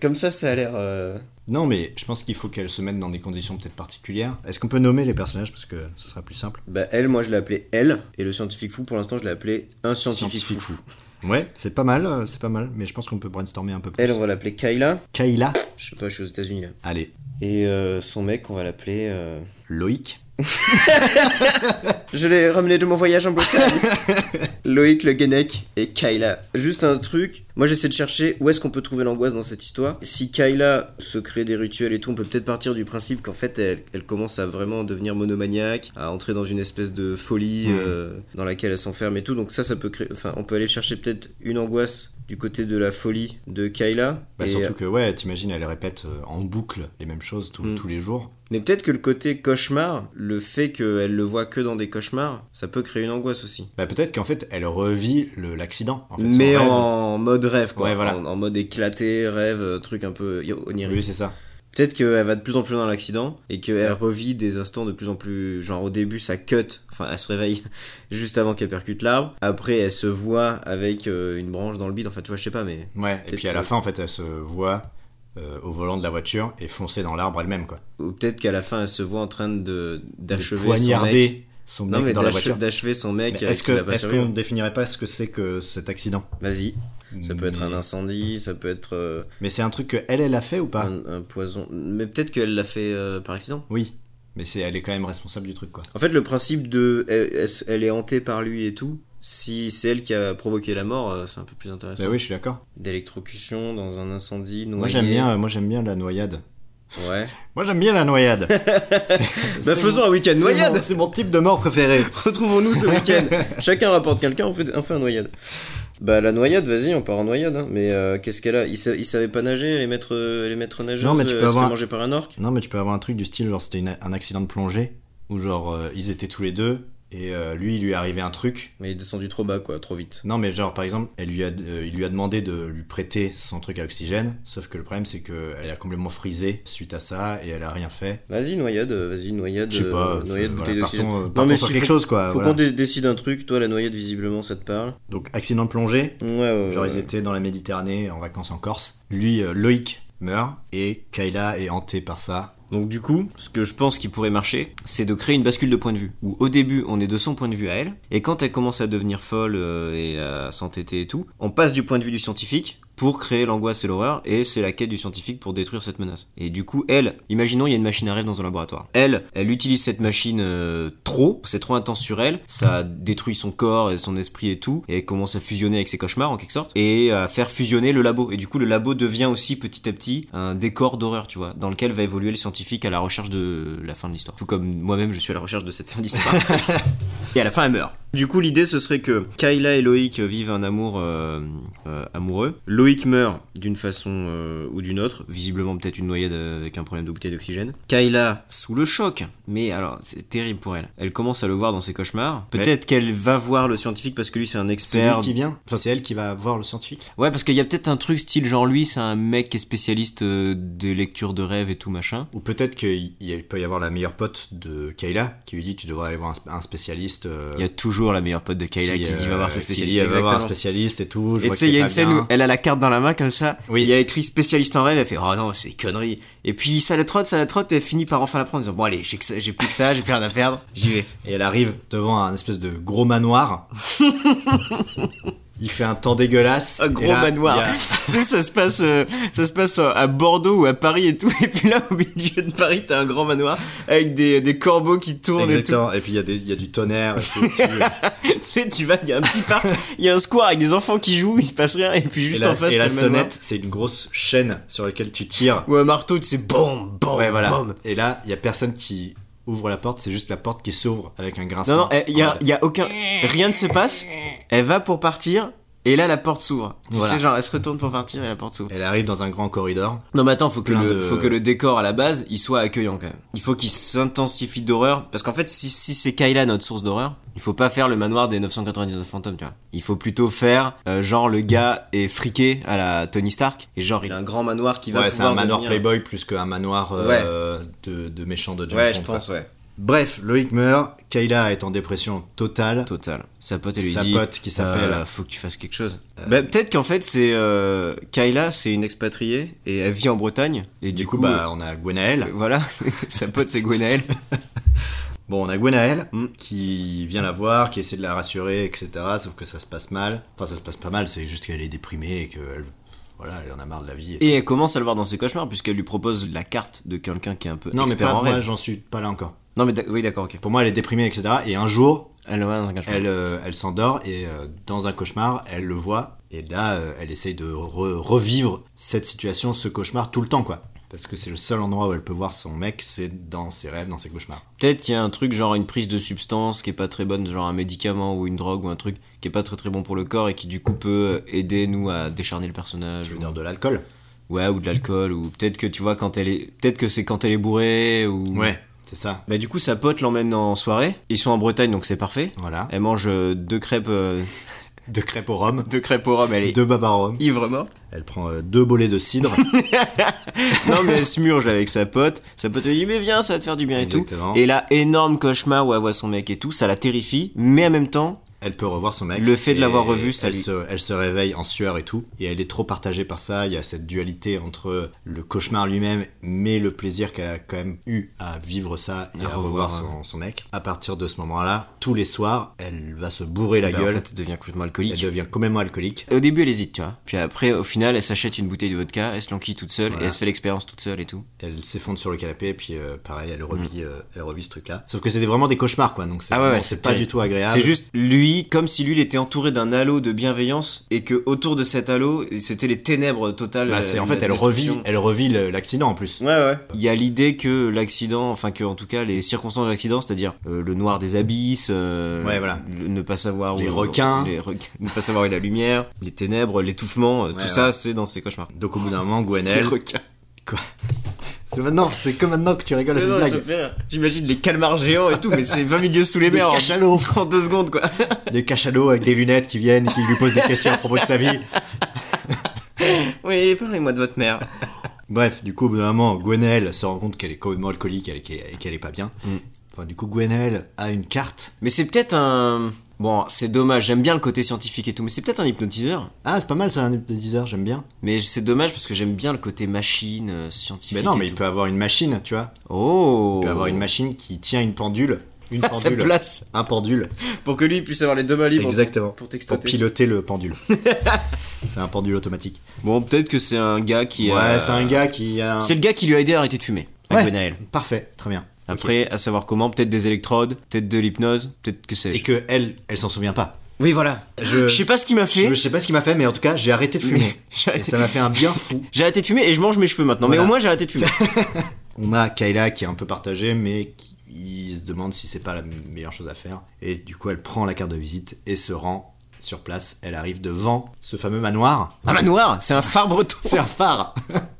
Speaker 2: Comme ça, ça a l'air. euh,
Speaker 1: Non, mais je pense qu'il faut qu'elle se mette dans des conditions peut-être particulières. Est-ce qu'on peut nommer les personnages Parce que ce sera plus simple.
Speaker 2: Bah, elle, moi, je l'ai appelée elle, et le scientifique fou, pour l'instant, je l'ai appelé un scientifique,
Speaker 1: Scientifique
Speaker 2: fou.
Speaker 1: Ouais, c'est pas mal, euh, c'est pas mal, mais je pense qu'on peut brainstormer un peu plus.
Speaker 2: Elle, on va l'appeler Kayla.
Speaker 1: Kayla.
Speaker 2: Je sais pas, je suis aux États-Unis là.
Speaker 1: Allez,
Speaker 2: Et euh, son mec, on va l'appeler. euh,
Speaker 1: Loïc.
Speaker 2: Je l'ai ramené de mon voyage
Speaker 1: [LAUGHS]
Speaker 2: en Bretagne. Loïc Le Guenec et Kayla. Juste un truc, moi j'essaie de chercher où est-ce qu'on peut trouver l'angoisse dans cette histoire. Si Kayla se crée des rituels et tout, on peut peut-être partir du principe qu'en fait elle, elle commence à vraiment devenir monomaniaque, à entrer dans une espèce de folie
Speaker 1: Mhm.
Speaker 2: euh, dans laquelle elle s'enferme et tout. Donc ça, ça peut créer. Enfin, on peut aller chercher peut-être une angoisse du côté de la folie de Kayla.
Speaker 1: Bah,
Speaker 2: Et- euh,
Speaker 1: surtout que, ouais, t'imagines, elle répète euh, en boucle les mêmes choses tous-
Speaker 2: Mm.
Speaker 1: tous les jours.
Speaker 2: Mais peut-être que le côté cauchemar, le fait qu'elle le voit que dans des cauchemars, ça peut créer une angoisse aussi.
Speaker 1: Bah peut-être qu'en fait elle revit le- l'accident. En fait, son
Speaker 2: mais
Speaker 1: rêve.
Speaker 2: en mode rêve, quoi.
Speaker 1: Ouais, voilà.
Speaker 2: en, en mode éclaté, rêve, euh, truc un peu onirique.
Speaker 1: Oui c'est ça.
Speaker 2: Peut-être qu'elle va de plus en plus dans l'accident et qu'elle revit des instants de plus en plus. Genre au début, ça cut, enfin, elle se réveille [LAUGHS] juste avant qu'elle percute l'arbre. Après, elle se voit avec euh, une branche dans le bide, enfin, tu vois, je sais pas, mais.
Speaker 1: Ouais. Et
Speaker 2: Peut-être
Speaker 1: puis à
Speaker 2: que
Speaker 1: la
Speaker 2: ça-
Speaker 1: fin en fait elle se voit euh, au volant de la voiture et foncer dans l'arbre elle-même quoi.
Speaker 2: Ou peut-être qu'à la fin, elle se voit en train de
Speaker 1: De
Speaker 2: d'achever son mec.
Speaker 1: Poignarder son mec,
Speaker 2: Non, mais
Speaker 1: dans la
Speaker 2: d'ache-
Speaker 1: voiture.
Speaker 2: d'achever son mec.
Speaker 1: Mais
Speaker 2: avec
Speaker 1: Est-ce
Speaker 2: qui il a
Speaker 1: que
Speaker 2: pas
Speaker 1: est-ce
Speaker 2: survécu.
Speaker 1: qu'on ne définirait pas ce que c'est que Mmh. cet accident
Speaker 2: Vas-y. Ça peut être un
Speaker 1: Mais-
Speaker 2: incendie, ça peut être euh,
Speaker 1: Mais c'est un truc que elle elle a fait ou pas
Speaker 2: un, un poison. Mais peut-être qu'elle l'a fait euh, par accident.
Speaker 1: Oui. Mais c'est elle est quand même responsable du truc quoi.
Speaker 2: En fait, le principe de elle, elle- elle est hantée par lui et tout, si c'est elle qui a provoqué la mort, euh, c'est un peu plus intéressant.
Speaker 1: Bah oui je suis d'accord.
Speaker 2: D'électrocution, dans un incendie, noyé.
Speaker 1: Moi j'aime bien euh, moi j'aime bien la noyade.
Speaker 2: Ouais.
Speaker 1: Moi j'aime bien la
Speaker 2: [LAUGHS]
Speaker 1: noyade. C'est-
Speaker 2: Bah
Speaker 1: c'est
Speaker 2: faisons
Speaker 1: mon-
Speaker 2: un week-end
Speaker 1: c'est mon-
Speaker 2: noyade
Speaker 1: C'est mon type de mort préféré.
Speaker 2: [LAUGHS]
Speaker 1: [LAUGHS]
Speaker 2: Retrouvons-nous ce week-end Chacun rapporte quelqu'un, on fait, on fait un noyade. Bah la noyade, vas-y, on part en noyade. hein. Mais euh, qu'est-ce qu'elle a ils, sa- ils savaient pas nager, les maîtres, euh, les maîtres nageurs,
Speaker 1: Non, mais tu
Speaker 2: euh,
Speaker 1: peux
Speaker 2: elle se
Speaker 1: avoir-
Speaker 2: fait manger par un orque
Speaker 1: Non, mais tu peux avoir un truc du style, genre c'était une- un accident de plongée, où genre euh, ils étaient tous les deux, Et euh, lui, il lui est arrivé un truc.
Speaker 2: Mais il est descendu trop bas, quoi, trop vite.
Speaker 1: Non, mais genre, par exemple, elle lui a, euh, il lui a demandé de lui prêter son truc à oxygène. Sauf que le problème, c'est qu'elle a complètement frisé suite à ça et elle a rien fait.
Speaker 2: Vas-y, noyade, euh, vas-y, noyade.
Speaker 1: Je sais pas.
Speaker 2: euh, noyade,
Speaker 1: enfin,
Speaker 2: bouteille
Speaker 1: voilà,
Speaker 2: d'oxygène.
Speaker 1: partons, euh,
Speaker 2: Non,
Speaker 1: partons
Speaker 2: mais
Speaker 1: sur
Speaker 2: si,
Speaker 1: quelque
Speaker 2: faut-
Speaker 1: chose, quoi.
Speaker 2: Faut
Speaker 1: voilà.
Speaker 2: qu'on dé- décide un truc. Toi, la noyade, visiblement, ça te parle.
Speaker 1: Donc, accident de plongée.
Speaker 2: Ouais, ouais.
Speaker 1: Genre,
Speaker 2: ouais.
Speaker 1: ils étaient dans la Méditerranée, en vacances en Corse. Lui, euh, Loïc meurt et Kayla est hantée par ça.
Speaker 2: Donc du coup, ce que je pense qui pourrait marcher, c'est de créer une bascule de point de vue. Où au début, on est de son point de vue à elle, et quand elle commence à devenir folle euh, et à s'entêter et tout, on passe du point de vue du scientifique pour créer l'angoisse et l'horreur, et c'est la quête du scientifique pour détruire cette menace. Et du coup, elle, imaginons il y a une machine à rêve dans un laboratoire. Elle, elle utilise cette machine euh, trop, c'est trop intense sur elle, ça détruit son corps et son esprit et tout, et elle commence à fusionner avec ses cauchemars en quelque sorte, et à faire fusionner le labo. Et du coup, le labo devient aussi petit à petit un décor d'horreur, tu vois, dans lequel va évoluer le scientifique à la recherche de la fin de l'histoire. Tout comme moi-même, je suis à la recherche de cette fin d'histoire. et à la fin, elle meurt. Du coup, l'idée, ce serait que Kayla et Loïc vivent un amour euh, euh, amoureux. Loïc meurt d'une façon euh, ou d'une autre, visiblement peut-être une noyade euh, avec un problème de bouteille d'oxygène. Kayla, sous le choc, mais alors, c'est terrible pour elle. Elle commence à le voir dans ses cauchemars. Peut-être qu'elle va voir le scientifique parce que lui, c'est un
Speaker 1: C'est
Speaker 2: expert
Speaker 1: lui qui vient Enfin, c'est elle qui va voir le scientifique
Speaker 2: Ouais, parce qu'il y a peut-être un truc style genre lui, c'est un mec qui est spécialiste euh, des lectures de rêves et tout machin.
Speaker 1: Ou peut-être qu'il y- il peut y avoir la meilleure pote de Kayla qui lui dit Tu devrais aller voir un sp- un spécialiste. euh,
Speaker 2: Il y a toujours la meilleure pote de Kayla qui, dit va voir ses
Speaker 1: euh,
Speaker 2: spécialistes.
Speaker 1: Qui dit, va voir un
Speaker 2: exactement.
Speaker 1: spécialiste et tout. je
Speaker 2: Et
Speaker 1: vois
Speaker 2: tu sais, il
Speaker 1: que t'es
Speaker 2: y a une
Speaker 1: pas
Speaker 2: scène
Speaker 1: bien.
Speaker 2: où elle a la carte dans la main comme ça.
Speaker 1: Oui.
Speaker 2: Il y a écrit spécialiste en rêve. Elle fait oh non, c'est connerie. Et puis ça la trotte, ça la trotte. Et elle finit par enfin la prendre en disant bon allez, j'ai que ça- j'ai plus que ça, j'ai plus rien à perdre, j'y
Speaker 1: [LAUGHS]
Speaker 2: vais.
Speaker 1: Et elle arrive devant un espèce de gros
Speaker 2: [LAUGHS]
Speaker 1: manoir. il fait un temps dégueulasse.
Speaker 2: Un
Speaker 1: et
Speaker 2: gros
Speaker 1: là, il y
Speaker 2: manoir.
Speaker 1: a-
Speaker 2: tu sais, ça se passe, euh, ça se passe euh, à Bordeaux ou à Paris et tout. Et puis là, au milieu de Paris, t'as un grand manoir avec des, des corbeaux qui tournent et tout.
Speaker 1: Exactement. Et puis il y, a des- il y a du tonnerre. et
Speaker 2: [LAUGHS]
Speaker 1: tout dessus.
Speaker 2: tu sais, tu vas, il y a un petit parc, il y a un square avec des enfants qui jouent, il se passe rien, et puis juste
Speaker 1: et la,
Speaker 2: en face,
Speaker 1: et
Speaker 2: t'as
Speaker 1: la
Speaker 2: le manoir.
Speaker 1: sonnette, c'est une grosse chaîne sur laquelle tu tires.
Speaker 2: Ou un marteau, tu sais, bam, bam,
Speaker 1: Ouais, voilà.
Speaker 2: Oh, bam.
Speaker 1: Et là, il y a personne qui ouvre la porte, c'est juste la porte qui s'ouvre avec un grincement.
Speaker 2: Non, non, il y a, y a aucun. Rien ne se passe, elle va pour partir, et là, la porte s'ouvre. Tu
Speaker 1: Voilà.
Speaker 2: sais, genre, elle se retourne pour partir, et la porte s'ouvre.
Speaker 1: Elle arrive dans un grand corridor.
Speaker 2: Non, mais attends, faut que,
Speaker 1: Plein
Speaker 2: le,
Speaker 1: de-
Speaker 2: faut que le décor à la base, il soit accueillant quand même. Il faut qu'il s'intensifie d'horreur, parce qu'en fait, si, si c'est Kayla notre source d'horreur, il faut pas faire le manoir des 999 fantômes, tu vois. Il faut plutôt faire, euh, genre, le gars est friqué à la Tony Stark, et genre, il a un grand manoir qui va
Speaker 1: Ouais, c'est
Speaker 2: pouvoir
Speaker 1: un manoir
Speaker 2: devenir-
Speaker 1: Playboy plus qu'un manoir euh, de, de méchant de James
Speaker 2: Ouais,
Speaker 1: Bond,
Speaker 2: je pense, ouais.
Speaker 1: quoi. Bref, Loïc meurt, Kayla est en dépression totale.
Speaker 2: Total. Sa pote, elle lui
Speaker 1: Sa
Speaker 2: dit.
Speaker 1: pote qui s'appelle-
Speaker 2: euh, faut que tu fasses quelque chose. Bah, peut-être qu'en fait, c'est. euh, Kayla, c'est une expatriée et elle vit en Bretagne. Et
Speaker 1: Du coup, bah, on a
Speaker 2: euh,
Speaker 1: Gwenaël.
Speaker 2: Voilà, [LAUGHS] sa pote, c'est Gwenaël.
Speaker 1: Bon, on a Gwenaël
Speaker 2: Mm.
Speaker 1: qui vient la voir, qui essaie de la rassurer, etc. Sauf que ça se passe mal. Enfin, ça se passe pas mal, c'est juste qu'elle est déprimée et qu'elle voilà, elle en a marre de la vie.
Speaker 2: [LAUGHS] Et elle commence à le voir dans ses cauchemars, puisqu'elle lui propose la carte de quelqu'un qui est un peu.
Speaker 1: non, mais
Speaker 2: expert
Speaker 1: pas
Speaker 2: en
Speaker 1: moi,
Speaker 2: rêve.
Speaker 1: j'en suis pas là encore.
Speaker 2: Non, mais d'ac- oui, d'accord, ok.
Speaker 1: Pour moi, elle est déprimée, etc. Et un jour,
Speaker 2: Elle le voit dans un cauchemar.
Speaker 1: Elle, euh, elle s'endort et euh, dans un cauchemar, elle le voit. Et là, euh, elle essaye de re- revivre cette situation, ce cauchemar tout le temps, quoi. Parce que c'est le seul endroit où elle peut voir son mec, c'est dans ses rêves, dans ses cauchemars.
Speaker 2: Peut-être qu'il y a un truc, genre une prise de substance qui est pas très bonne, genre un médicament ou une drogue ou un truc qui est pas très très bon pour le corps et qui du coup peut aider nous à décharner le personnage.
Speaker 1: Je
Speaker 2: ou-
Speaker 1: veux dire de l'alcool.
Speaker 2: Ouais, ou de l'alcool, ou peut-être que tu vois quand elle est, peut-être que c'est quand elle est bourrée, ou.
Speaker 1: Ouais, c'est ça.
Speaker 2: Bah du coup sa pote l'emmène en soirée. Ils sont en Bretagne donc c'est parfait.
Speaker 1: Voilà.
Speaker 2: Elle mange euh, deux crêpes, euh,
Speaker 1: Deux crêpes au rhum,
Speaker 2: deux crêpes au rhum. Elle est
Speaker 1: deux babas au rhum.
Speaker 2: ivre morte.
Speaker 1: Elle prend euh, deux bolets de cidre.
Speaker 2: [LAUGHS] non mais elle se murge avec sa pote. Sa pote lui dit mais viens ça va te faire du bien [LAUGHS] et
Speaker 1: Exactement.
Speaker 2: tout. Et là énorme cauchemar où elle voit son mec et tout. Ça la terrifie. Mais en même temps
Speaker 1: Elle peut revoir son mec.
Speaker 2: Le fait de
Speaker 1: Et
Speaker 2: l'avoir revu, ça
Speaker 1: elle
Speaker 2: lui-
Speaker 1: se, elle se réveille en sueur et tout. Et elle est trop partagée par ça. Il y a cette dualité entre le cauchemar lui-même, mais le plaisir qu'elle a quand même eu à vivre ça et
Speaker 2: À
Speaker 1: à, revoir,
Speaker 2: revoir,
Speaker 1: son, son mec. À partir de ce moment-là, tous les soirs, elle va se bourrer la
Speaker 2: bah,
Speaker 1: gueule.
Speaker 2: en fait, elle devient complètement
Speaker 1: Elle
Speaker 2: alcoolique.
Speaker 1: devient complètement alcoolique.
Speaker 2: Au début elle hésite tu vois. Puis après au final elle s'achète une bouteille de vodka, elle se l'enquille toute seule
Speaker 1: Voilà.
Speaker 2: et elle se fait l'expérience toute seule et tout.
Speaker 1: Elle s'effondre sur le canapé. Et puis, euh, pareil, elle revit, euh, elle revit ce truc-là. Sauf que c'était vraiment des cauchemars, quoi. Donc, c'est
Speaker 2: Mm. Ah ouais, ouais,
Speaker 1: vraiment-
Speaker 2: c'est
Speaker 1: c'est pas
Speaker 2: terrible.
Speaker 1: du tout agréable.
Speaker 2: C'est juste lui, comme si lui il était entouré d'un halo de bienveillance et que autour de cet halo, c'était les ténèbres totales.
Speaker 1: Bah, c'est-
Speaker 2: euh,
Speaker 1: en fait,
Speaker 2: la
Speaker 1: elle revit,
Speaker 2: destruction.
Speaker 1: elle revit le- l'accident en plus.
Speaker 2: Ouais, ouais. Il y a l'idée que l'accident, enfin que en tout cas les circonstances de l'accident, c'est-à-dire euh, le noir des abysses, euh,
Speaker 1: Ouais, voilà.
Speaker 2: le- ne pas savoir
Speaker 1: Les
Speaker 2: où
Speaker 1: requins.
Speaker 2: les requins, [LAUGHS] ne pas savoir où est la lumière, les ténèbres, l'étouffement, euh, tout
Speaker 1: Ouais,
Speaker 2: ça
Speaker 1: ouais.
Speaker 2: c'est dans ses cauchemars. [LAUGHS]
Speaker 1: [LAUGHS] Donc, au bout d'un moment,
Speaker 2: Les
Speaker 1: Gwenelle.
Speaker 2: requins.
Speaker 1: Quoi C'est maintenant, c'est que maintenant que tu rigoles à
Speaker 2: Mais
Speaker 1: cette
Speaker 2: non, ça
Speaker 1: blague.
Speaker 2: me fait rire. J'imagine les calmars géants et tout, mais c'est 20 milieux sous les
Speaker 1: Des
Speaker 2: mers en-
Speaker 1: cachalots.
Speaker 2: [LAUGHS] en deux secondes quoi.
Speaker 1: Des cachalots avec des lunettes qui viennent et qui lui posent des questions à propos de sa vie.
Speaker 2: Oui, parlez-moi de votre mère.
Speaker 1: Bref, du coup, au bout d'un moment, Gwenelle se rend compte qu'elle est complètement alcoolique et qu'elle- et qu'elle est pas bien.
Speaker 2: Mm.
Speaker 1: Enfin, du coup, Gwenelle a une carte.
Speaker 2: Mais c'est peut-être un. Bon, c'est dommage, j'aime bien le côté scientifique et tout, mais c'est peut-être un hypnotiseur.
Speaker 1: Ah, c'est pas mal ça, un hypnotiseur, j'aime bien.
Speaker 2: Mais c'est dommage parce que j'aime bien le côté machine, euh, scientifique.
Speaker 1: Mais non,
Speaker 2: et
Speaker 1: mais il
Speaker 2: tout.
Speaker 1: peut avoir une machine, tu vois.
Speaker 2: Oh
Speaker 1: Il peut avoir une machine qui tient une pendule. Ah, Une
Speaker 2: [LAUGHS] à sa
Speaker 1: pendule.
Speaker 2: place
Speaker 1: un pendule.
Speaker 2: pour que lui puisse avoir les deux mains libres.
Speaker 1: Exactement.
Speaker 2: Pour
Speaker 1: Pour
Speaker 2: textoter.
Speaker 1: piloter le
Speaker 2: [LAUGHS]
Speaker 1: pendule. c'est un pendule automatique.
Speaker 2: Bon, peut-être que c'est un gars qui.
Speaker 1: ouais,
Speaker 2: euh,
Speaker 1: c'est un gars qui a. un-
Speaker 2: C'est le gars qui lui a aidé à arrêter de fumer. à
Speaker 1: Ouais.
Speaker 2: Gwenaël.
Speaker 1: Parfait, très bien. Ok.
Speaker 2: Après, à savoir comment, peut-être des électrodes, peut-être de l'hypnose, peut-être que c'est.
Speaker 1: Et que elle, elle s'en souvient pas.
Speaker 2: Oui, voilà.
Speaker 1: Je-
Speaker 2: Je... sais pas ce qu'il m'a
Speaker 1: Je,
Speaker 2: fait.
Speaker 1: je sais pas ce qu'il m'a fait, mais en tout cas, j'ai arrêté de fumer.
Speaker 2: Mais [LAUGHS] j'ai
Speaker 1: Et
Speaker 2: arrêté-
Speaker 1: ça m'a fait un bien fou.
Speaker 2: J'ai arrêté de fumer et je mange mes cheveux maintenant. Mais
Speaker 1: Voilà.
Speaker 2: au moins, j'ai arrêté de fumer.
Speaker 1: On a Kayla qui est un peu partagée, mais qui il se demande si c'est pas la meilleure chose à faire. Et du coup, elle prend la carte de visite et se rend sur place. Elle arrive devant ce fameux manoir.
Speaker 2: un manoir C'est un phare breton
Speaker 1: C'est un phare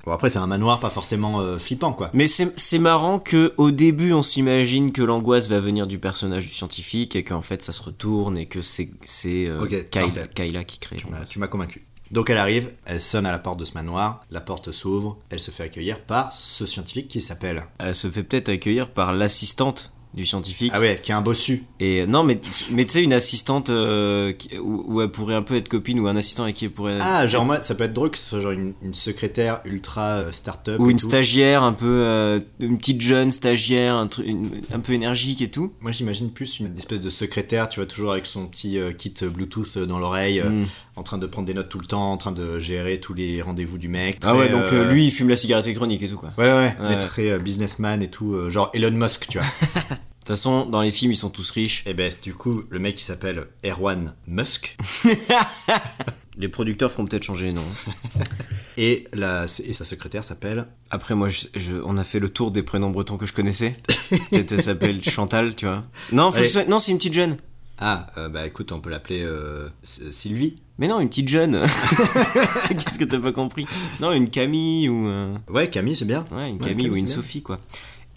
Speaker 1: Bon, après, c'est un manoir pas forcément euh, flippant, quoi.
Speaker 2: Mais c'est c'est marrant que au début on s'imagine que l'angoisse va venir du personnage du scientifique et qu'en fait ça se retourne et que c'est c'est euh,
Speaker 1: Ok,
Speaker 2: Kyle-
Speaker 1: parfait.
Speaker 2: Kayla qui crée
Speaker 1: Voilà,
Speaker 2: l'angoisse.
Speaker 1: Euh, tu m'as convaincu. Donc elle arrive, elle sonne à la porte de ce manoir, la porte s'ouvre, elle se fait accueillir par ce scientifique qui s'appelle.
Speaker 2: Elle euh, se fait peut-être accueillir par l'assistante du scientifique
Speaker 1: Ah ouais, qui est un bossu.
Speaker 2: et euh, non mais mais tu sais une assistante euh, qui- où, où elle pourrait un peu être copine ou un assistant avec qui elle pourrait
Speaker 1: Ah, genre moi, ça peut être drôle que ce soit genre une, une secrétaire ultra euh, start-up.
Speaker 2: ou
Speaker 1: et
Speaker 2: une
Speaker 1: tout.
Speaker 2: stagiaire un peu euh, une petite jeune stagiaire un, tru- une- un peu énergique et tout.
Speaker 1: Moi j'imagine plus une espèce de secrétaire, tu vois, toujours avec son petit euh, kit Bluetooth euh, dans l'oreille, euh,
Speaker 2: Mm.
Speaker 1: en train de prendre des notes tout le temps, en train de gérer tous les rendez-vous du mec.
Speaker 2: Ah
Speaker 1: Très,
Speaker 2: ouais donc
Speaker 1: euh,
Speaker 2: euh, lui il fume la cigarette électronique et tout quoi.
Speaker 1: Ouais, ouais, ouais, mais
Speaker 2: Ouais.
Speaker 1: très euh, businessman et tout, euh, genre Elon Musk, tu vois.
Speaker 2: [LAUGHS] De toute façon dans les films ils sont tous riches.
Speaker 1: et ben du coup, le mec il s'appelle Erwan Musk,
Speaker 2: Les producteurs feront peut-être changer les noms.
Speaker 1: et, la, et sa secrétaire s'appelle
Speaker 2: Après, moi, je- je- on a fait le tour des prénoms bretons que je connaissais. [LAUGHS] Peut-être elle s'appelle Chantal, tu vois. Non, faut
Speaker 1: Allez.
Speaker 2: se- non c'est une petite jeune.
Speaker 1: Ah, euh, bah écoute, on peut l'appeler euh, S- Sylvie.
Speaker 2: Mais non, une petite jeune. [LAUGHS] Qu'est-ce que t'as pas compris Non, une Camille ou. euh,
Speaker 1: Ouais, Camille, c'est bien.
Speaker 2: Ouais, une
Speaker 1: Ouais,
Speaker 2: Camille ou
Speaker 1: Camille,
Speaker 2: une
Speaker 1: c'est bien.
Speaker 2: Sophie, quoi.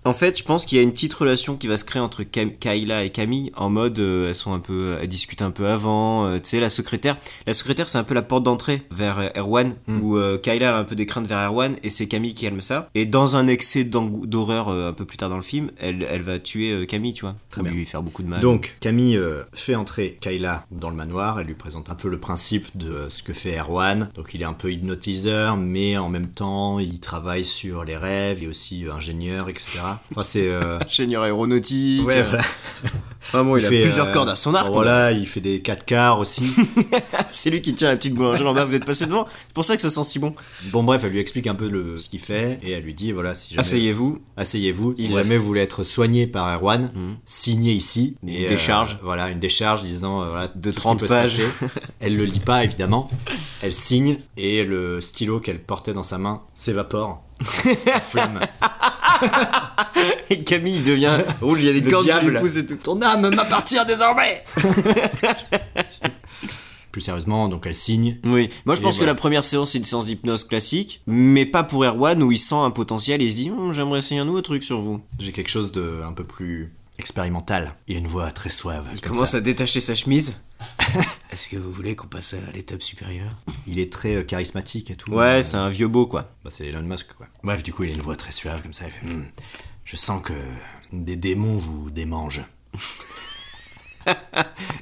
Speaker 2: En fait, je pense qu'il y a une petite relation qui va se créer entre Cam- Kayla et Camille en mode euh, elles sont un peu elles discutent un peu avant, euh, tu sais la secrétaire, la secrétaire c'est un peu la porte d'entrée vers euh, Erwan
Speaker 1: Mm.
Speaker 2: où euh, Kayla elle a un peu des craintes vers Erwan et c'est Camille qui calme ça et dans un excès d'ang- d'horreur euh, un peu plus tard dans le film, elle, elle va tuer euh, Camille, tu vois,
Speaker 1: Très
Speaker 2: ou
Speaker 1: bien.
Speaker 2: lui faire beaucoup de mal.
Speaker 1: Donc, Camille euh, fait entrer Kayla dans le manoir, elle lui présente un peu le principe de euh, ce que fait Erwan. Donc, il est un peu hypnotiseur, mais en même temps, il travaille sur les rêves, il est aussi euh, ingénieur, etc. Enfin, c'est... euh,
Speaker 2: ingénieur aéronautique.
Speaker 1: ouais,
Speaker 2: euh,
Speaker 1: voilà.
Speaker 2: enfin bon, il, a
Speaker 1: fait,
Speaker 2: plusieurs
Speaker 1: euh,
Speaker 2: cordes à son arc. quoi.
Speaker 1: Voilà, il fait des 4 quarts
Speaker 2: [LAUGHS]
Speaker 1: aussi.
Speaker 2: C'est lui qui tient la petite boulangère en bas, vous êtes passé devant. C'est pour ça que ça sent si bon.
Speaker 1: bon, bref, elle lui explique un peu le, ce qu'il fait, et elle lui dit, voilà, si jamais...
Speaker 2: Asseyez-vous,
Speaker 1: Asseyez-vous, si
Speaker 2: Bref.
Speaker 1: jamais vous voulez être soigné par Erwan,
Speaker 2: Mhm.
Speaker 1: signez ici.
Speaker 2: Une
Speaker 1: Et,
Speaker 2: décharge.
Speaker 1: euh, voilà, une décharge disant euh, voilà, de
Speaker 2: 30 pages.
Speaker 1: [LAUGHS] elle le lit pas, évidemment. Elle signe et le stylo qu'elle portait dans sa main
Speaker 2: [LAUGHS]
Speaker 1: s'évapore. En flamme.
Speaker 2: Et Camille il devient rouge, il y a des
Speaker 1: Le
Speaker 2: cordes qui
Speaker 1: diable.
Speaker 2: lui poussent et tout.
Speaker 1: Ton âme m'appartient désormais [LAUGHS] Plus sérieusement, donc elle signe.
Speaker 2: Oui, moi je
Speaker 1: Et
Speaker 2: pense que
Speaker 1: voilà.
Speaker 2: la première séance c'est une séance d'hypnose classique, mais pas pour Erwan où il sent un potentiel et il se dit Hum, j'aimerais essayer un nouveau truc sur vous.
Speaker 1: J'ai quelque chose de un peu plus expérimental. Il a une voix très suave.
Speaker 2: Il
Speaker 1: comme
Speaker 2: commence
Speaker 1: ça.
Speaker 2: à détacher sa chemise. Est-ce que vous voulez qu'on passe à l'étape supérieure
Speaker 1: Il est très euh, charismatique et tout.
Speaker 2: Ouais,
Speaker 1: Euh,
Speaker 2: c'est un vieux beau quoi.
Speaker 1: Bah, c'est Elon Musk, quoi. Bref, du coup, il a une voix très suave, comme ça. il fait, Hmm, je sens que des démons vous démangent.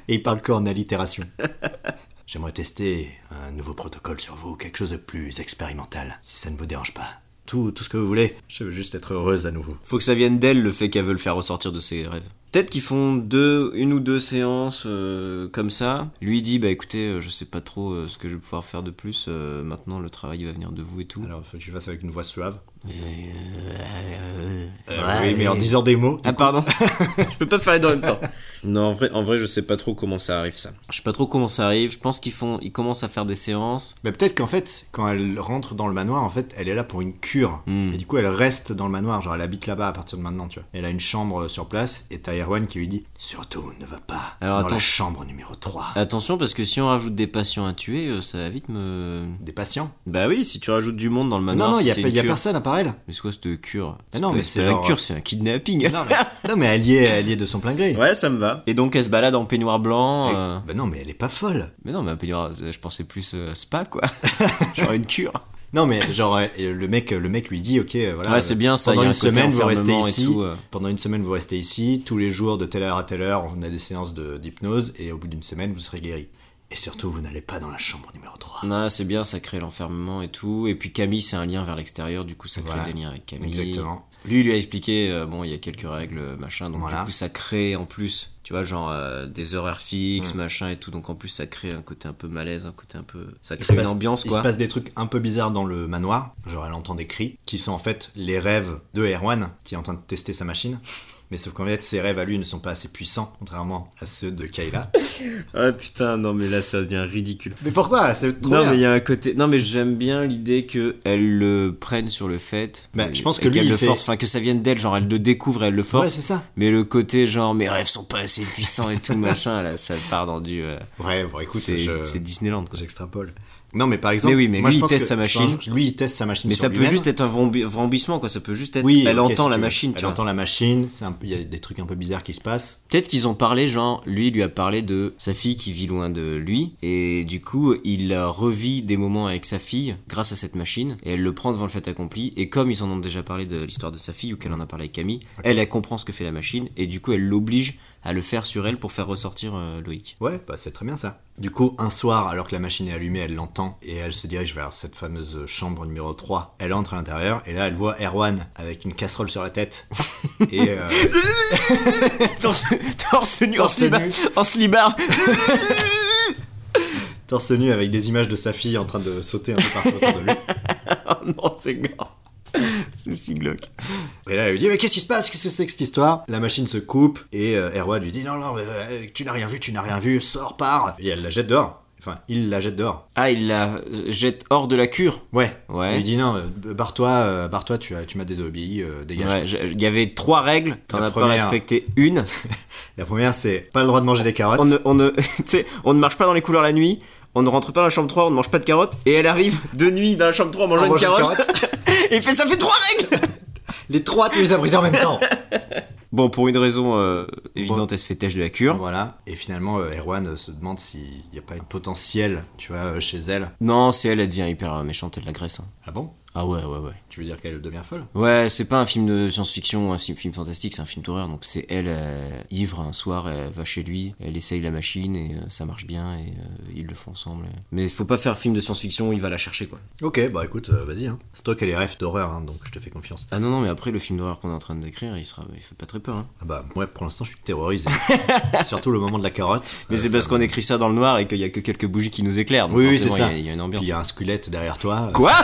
Speaker 1: Et il parle que en allitération. [LAUGHS] J'aimerais tester un nouveau protocole sur vous, quelque chose de plus expérimental, si ça ne vous dérange pas. Tout, tout ce que vous voulez. Je veux juste être heureuse à nouveau.
Speaker 2: Faut que ça vienne d'elle le fait qu'elle veut le faire ressortir de ses rêves. Peut-être qu'ils font deux, une ou deux séances euh, comme ça. Lui il dit bah écoutez, euh, je sais pas trop euh, ce que je vais pouvoir faire de plus. euh, maintenant le travail va venir de vous et tout.
Speaker 1: Alors, faut que tu fasses avec une voix suave.
Speaker 2: ouais.
Speaker 1: euh, oui, mais en disant des mots.
Speaker 2: Ah pardon, [LAUGHS] je peux pas parler dans le même temps. [LAUGHS] Non, en vrai, en vrai, je sais pas trop comment ça arrive ça. Je sais pas trop comment ça arrive. Je pense qu'ils font, ils commencent à faire des séances.
Speaker 1: Mais peut-être qu'en fait, quand elle rentre dans le manoir, en fait, elle est là pour une cure.
Speaker 2: Hmm.
Speaker 1: Et du coup, elle reste dans le manoir, genre elle habite là-bas à partir de maintenant, tu vois. Elle a une chambre euh, sur place, et t'as Erwan qui lui dit Surtout, ne va pas
Speaker 2: Alors,
Speaker 1: dans la
Speaker 2: attends. Euh,
Speaker 1: chambre numéro 3.
Speaker 2: Attention parce que si on rajoute des patients à tuer, euh, ça va vite me.
Speaker 1: Des patients
Speaker 2: Bah oui, si tu rajoutes du monde dans le manoir,
Speaker 1: Non, non, il
Speaker 2: si
Speaker 1: y a,
Speaker 2: c'est
Speaker 1: pas-
Speaker 2: une
Speaker 1: y a
Speaker 2: cure.
Speaker 1: personne à
Speaker 2: [LAUGHS]
Speaker 1: Apparel
Speaker 2: Mais c'est quoi cette cure
Speaker 1: Ah non,
Speaker 2: pas-
Speaker 1: mais c'est
Speaker 2: pas
Speaker 1: genre-
Speaker 2: une cure, hein. c'est un [LAUGHS] kidnapping.
Speaker 1: non mais, non, mais elle, y est, elle y est de son plein gré.
Speaker 2: Ouais, ça me va. Et donc elle se balade en peignoir blanc.
Speaker 1: Et-
Speaker 2: euh,
Speaker 1: Bah non, mais elle est pas folle.
Speaker 2: Mais non, mais un peignoir, je pensais plus euh,
Speaker 1: [LAUGHS]
Speaker 2: spa quoi. genre une cure.
Speaker 1: Non, mais genre, euh, le mec, le mec lui dit, ok, euh, voilà.
Speaker 2: ouais,
Speaker 1: euh,
Speaker 2: c'est bien ça.
Speaker 1: pendant
Speaker 2: il y a
Speaker 1: une
Speaker 2: un côté
Speaker 1: semaine, vous restez
Speaker 2: enfermement et
Speaker 1: ici.
Speaker 2: tout, euh.
Speaker 1: Pendant une semaine, vous restez ici. Tous les jours, de telle heure à telle heure, on a des séances de- d'hypnose. Et au bout d'une semaine, vous serez guéri. Et surtout, vous n'allez pas dans la chambre numéro 3.
Speaker 2: Non, c'est bien, ça crée l'enfermement et tout. Et puis Camille, c'est un lien vers l'extérieur, du coup ça crée
Speaker 1: Voilà.
Speaker 2: des liens avec Camille.
Speaker 1: Exactement.
Speaker 2: Lui, il lui a expliqué, euh, bon, il y a quelques règles, machin, donc
Speaker 1: Voilà.
Speaker 2: du coup ça crée en plus, tu vois, genre euh, des horaires fixes,
Speaker 1: Mm.
Speaker 2: machin et tout, donc en plus ça crée un côté un peu malaise, un côté un peu. Ça
Speaker 1: Il se,
Speaker 2: crée une
Speaker 1: passe,
Speaker 2: ambiance
Speaker 1: il se
Speaker 2: quoi.
Speaker 1: passe des trucs un peu bizarres dans le manoir. Genre, elle entend des cris qui sont en fait les rêves de Erwan qui est en train de tester sa machine. Mais sauf qu'en fait, ses rêves à lui ne sont pas assez puissants, contrairement à ceux de
Speaker 2: [LAUGHS]
Speaker 1: Kayla.
Speaker 2: Ah putain, non mais là ça devient ridicule.
Speaker 1: mais pourquoi C'est trop
Speaker 2: non
Speaker 1: bien.
Speaker 2: mais il y a un côté non mais j'aime bien l'idée que elle le prenne sur le fait
Speaker 1: Bah,
Speaker 2: Et-
Speaker 1: je pense
Speaker 2: et
Speaker 1: que lui,
Speaker 2: qu'elle
Speaker 1: il
Speaker 2: le
Speaker 1: fait-
Speaker 2: force enfin que ça vienne d'elle genre elle le découvre elle le
Speaker 1: Ouais,
Speaker 2: force
Speaker 1: c'est ça.
Speaker 2: mais le côté genre mes rêves sont pas assez puissants et tout machin là ça part dans du euh,
Speaker 1: Ouais, bon, écoute,
Speaker 2: c'est
Speaker 1: je-
Speaker 2: c'est Disneyland quoi.
Speaker 1: j'extrapole. Non, mais par exemple,
Speaker 2: Mais oui, mais
Speaker 1: moi,
Speaker 2: lui,
Speaker 1: je
Speaker 2: il
Speaker 1: pense
Speaker 2: teste
Speaker 1: que-
Speaker 2: sa machine.
Speaker 1: enfin, lui, il teste sa machine.
Speaker 2: mais
Speaker 1: sur
Speaker 2: ça peut
Speaker 1: lui-même.
Speaker 2: juste être un vrombi- vrombissement quoi ça peut juste être
Speaker 1: Oui,
Speaker 2: elle
Speaker 1: ok,
Speaker 2: entend
Speaker 1: si
Speaker 2: la
Speaker 1: tu veux.
Speaker 2: machine tu
Speaker 1: Elle
Speaker 2: vois.
Speaker 1: entend la machine. c'est un peu- Il y a des trucs un peu bizarres qui se passent.
Speaker 2: Peut-être qu'ils ont parlé, genre, lui il lui a parlé de sa fille qui vit loin de lui, et du coup, il euh, revit des moments avec sa fille grâce à cette machine, et elle le prend devant le fait accompli, et comme ils en ont déjà parlé de l'histoire de sa fille, ou qu'elle en a parlé avec Camille, elle, elle comprend ce que fait la machine, et du coup, elle l'oblige à le faire sur elle pour faire ressortir euh, Loïc.
Speaker 1: Ouais, bah c'est très bien ça. Du coup, un soir, alors que la machine est allumée, elle l'entend et elle se dirige vers cette fameuse chambre numéro 3. Elle entre à l'intérieur et là, elle voit Erwan avec une casserole sur la
Speaker 2: [LAUGHS]
Speaker 1: tête. et euh,
Speaker 2: [LAUGHS] torse, torse nu,
Speaker 1: Torse
Speaker 2: en, slibard,
Speaker 1: nu.
Speaker 2: en slibard.
Speaker 1: torse nu avec des images de sa fille en train de sauter un peu partout autour de lui.
Speaker 2: [LAUGHS] Oh non, c'est gore. C'est si glauque.
Speaker 1: Et là, elle lui dit Mais qu'est-ce qui se passe Qu'est-ce que c'est que cette histoire La machine se coupe et euh, Erwan lui dit Non, non, euh, tu n'as rien vu, tu n'as rien vu, sors, pars Et elle la jette dehors. Enfin, il la jette dehors.
Speaker 2: Ah, il la euh, jette hors de la cure
Speaker 1: Ouais.
Speaker 2: Ouais.
Speaker 1: Il lui dit Non, euh, barre-toi, euh, barre-toi, tu, as- tu m'as désobéi, euh, dégage.
Speaker 2: Ouais, je- il y avait trois règles, t'en
Speaker 1: La
Speaker 2: as pas
Speaker 1: première.
Speaker 2: respecté une.
Speaker 1: La première, c'est pas le droit de manger des carottes.
Speaker 2: On ne, on, ne, [LAUGHS] tu sais, on ne marche pas dans les couloirs la nuit, on ne rentre pas dans la chambre 3, on ne mange pas de carottes, et elle arrive [LAUGHS] de nuit dans la chambre 3 en mangeant
Speaker 1: En
Speaker 2: une
Speaker 1: mangeant une
Speaker 2: carotte, [LAUGHS] et fait, ça fait trois règles
Speaker 1: Les trois, tu les as brisés en même temps.
Speaker 2: [LAUGHS] Bon, pour une raison euh, évidente, elle se fait têche de la cure.
Speaker 1: voilà. Et finalement, euh, Erwan euh, se demande s'il n'y a pas un potentiel, tu vois, euh, chez elle.
Speaker 2: Non, c'est elle, elle devient hyper euh, méchante, elle l'agresse. hein.
Speaker 1: Ah bon
Speaker 2: Ah ouais, ouais, ouais.
Speaker 1: Tu veux dire qu'elle devient folle
Speaker 2: Ouais, c'est pas un film de science-fiction ou un si- film fantastique, c'est un film d'horreur, donc c'est elle, euh, ivre, un soir, elle va chez lui, elle essaye la machine, et euh, ça marche bien, et euh, ils le font ensemble. Mais faut pas faire film de science-fiction, il va la chercher, quoi.
Speaker 1: Ok, bah écoute, euh, vas-y. hein. C'est toi qui as les rêves d'horreur, hein, donc je te fais confiance.
Speaker 2: Ah non, non, mais après, le film d'horreur qu'on est en train de décrire, il, sera, il fait pas très peur, hein.
Speaker 1: Ah bah, ouais, pour l'instant, je suis terrorisé. [LAUGHS] Surtout le moment de la carotte.
Speaker 2: Mais
Speaker 1: Euh,
Speaker 2: c'est parce
Speaker 1: ça-
Speaker 2: qu'on écrit ça dans le noir et qu'il y a que quelques bougies qui nous éclairent. donc
Speaker 1: Oui, oui,
Speaker 2: forcément,
Speaker 1: c'est ça.
Speaker 2: Il y, a- il y a une
Speaker 1: Puis
Speaker 2: ambiance.
Speaker 1: il y a un squelette derrière toi.
Speaker 2: [LAUGHS] Quoi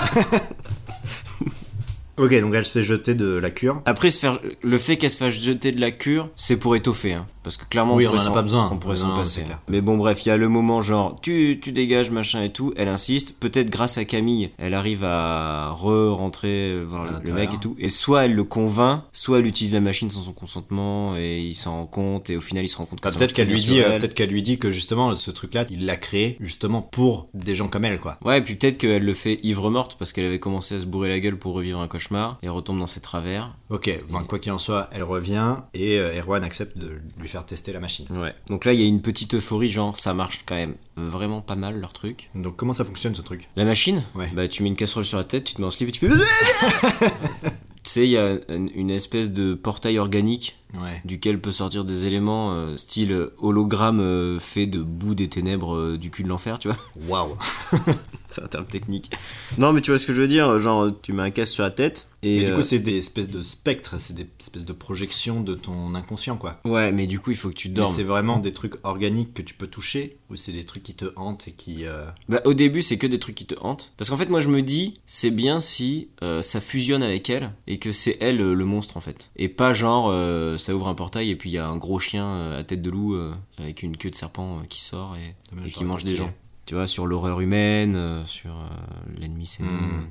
Speaker 1: Ok, donc elle se fait jeter de la cure.
Speaker 2: Après, se faire... le fait qu'elle se fasse jeter de la cure, c'est pour étoffer. hein. Parce que clairement,
Speaker 1: Oui,
Speaker 2: on,
Speaker 1: on
Speaker 2: pourrait
Speaker 1: en a
Speaker 2: s'en-
Speaker 1: pas besoin.
Speaker 2: On pourrait
Speaker 1: Non,
Speaker 2: s'en
Speaker 1: non,
Speaker 2: passer.
Speaker 1: c'est clair.
Speaker 2: hein. Mais bon, bref, il y a le moment genre, tu, tu dégages, machin et tout. Elle insiste. Peut-être grâce à Camille, elle arrive à re-rentrer euh, voir
Speaker 1: À
Speaker 2: le- le
Speaker 1: l'intérieur.
Speaker 2: mec et tout. Et soit elle le convainc, soit elle utilise la machine sans son consentement et il s'en rend compte. Et au final, il se rend compte que
Speaker 1: Enfin,
Speaker 2: ça
Speaker 1: peut-être
Speaker 2: marche
Speaker 1: qu'elle
Speaker 2: très
Speaker 1: lui
Speaker 2: bien
Speaker 1: dit,
Speaker 2: sur
Speaker 1: euh,
Speaker 2: elle.
Speaker 1: peut-être qu'elle lui dit que justement ce truc-là, il l'a créé justement pour des gens comme elle, quoi.
Speaker 2: Ouais, et puis peut-être qu'elle le fait ivre morte parce qu'elle avait commencé à se bourrer la gueule pour revivre un cauchemar et elle retombe dans ses travers.
Speaker 1: Ok, enfin, quoi qu'il en soit, elle revient et euh, Erwan accepte de lui faire tester la machine.
Speaker 2: Ouais. Donc là, il y a une petite euphorie, genre ça marche quand même vraiment pas mal leur truc.
Speaker 1: Donc comment ça fonctionne ce truc
Speaker 2: La machine
Speaker 1: Ouais.
Speaker 2: Bah, tu mets une casserole sur la tête, tu te mets en slip et tu fais. [LAUGHS] Tu sais, il y a une une espèce de portail organique
Speaker 1: Ouais.
Speaker 2: duquel peut sortir des éléments euh, style hologramme euh, fait de boue des ténèbres euh, du cul de l'enfer, tu vois. [LAUGHS]
Speaker 1: Waouh.
Speaker 2: C'est un terme technique. Non, mais tu vois ce que je veux dire Genre, tu mets un casque sur la tête et.
Speaker 1: Et, du
Speaker 2: euh,
Speaker 1: coup, c'est des espèces de spectres, c'est des espèces de projections de ton inconscient, quoi.
Speaker 2: Ouais, mais du coup, il faut que tu
Speaker 1: Mais
Speaker 2: dormes.
Speaker 1: c'est vraiment des trucs organiques que tu peux toucher ou c'est des trucs qui te hantent et qui. euh,
Speaker 2: Bah, au début, c'est que des trucs qui te hantent. Parce qu'en fait, moi, je me dis, c'est bien si euh, ça fusionne avec elle et que c'est elle euh, le monstre, en fait. Et pas genre, euh, ça ouvre un portail et puis il y a un gros chien euh, à tête de loup euh, avec une queue de serpent euh, qui sort et,
Speaker 1: Dommage,
Speaker 2: et qui
Speaker 1: j'aurais
Speaker 2: mange des
Speaker 1: continué.
Speaker 2: gens. Tu vois, sur l'horreur humaine, euh, sur euh, l'ennemi, c'est
Speaker 1: Hmm.
Speaker 2: l'homme.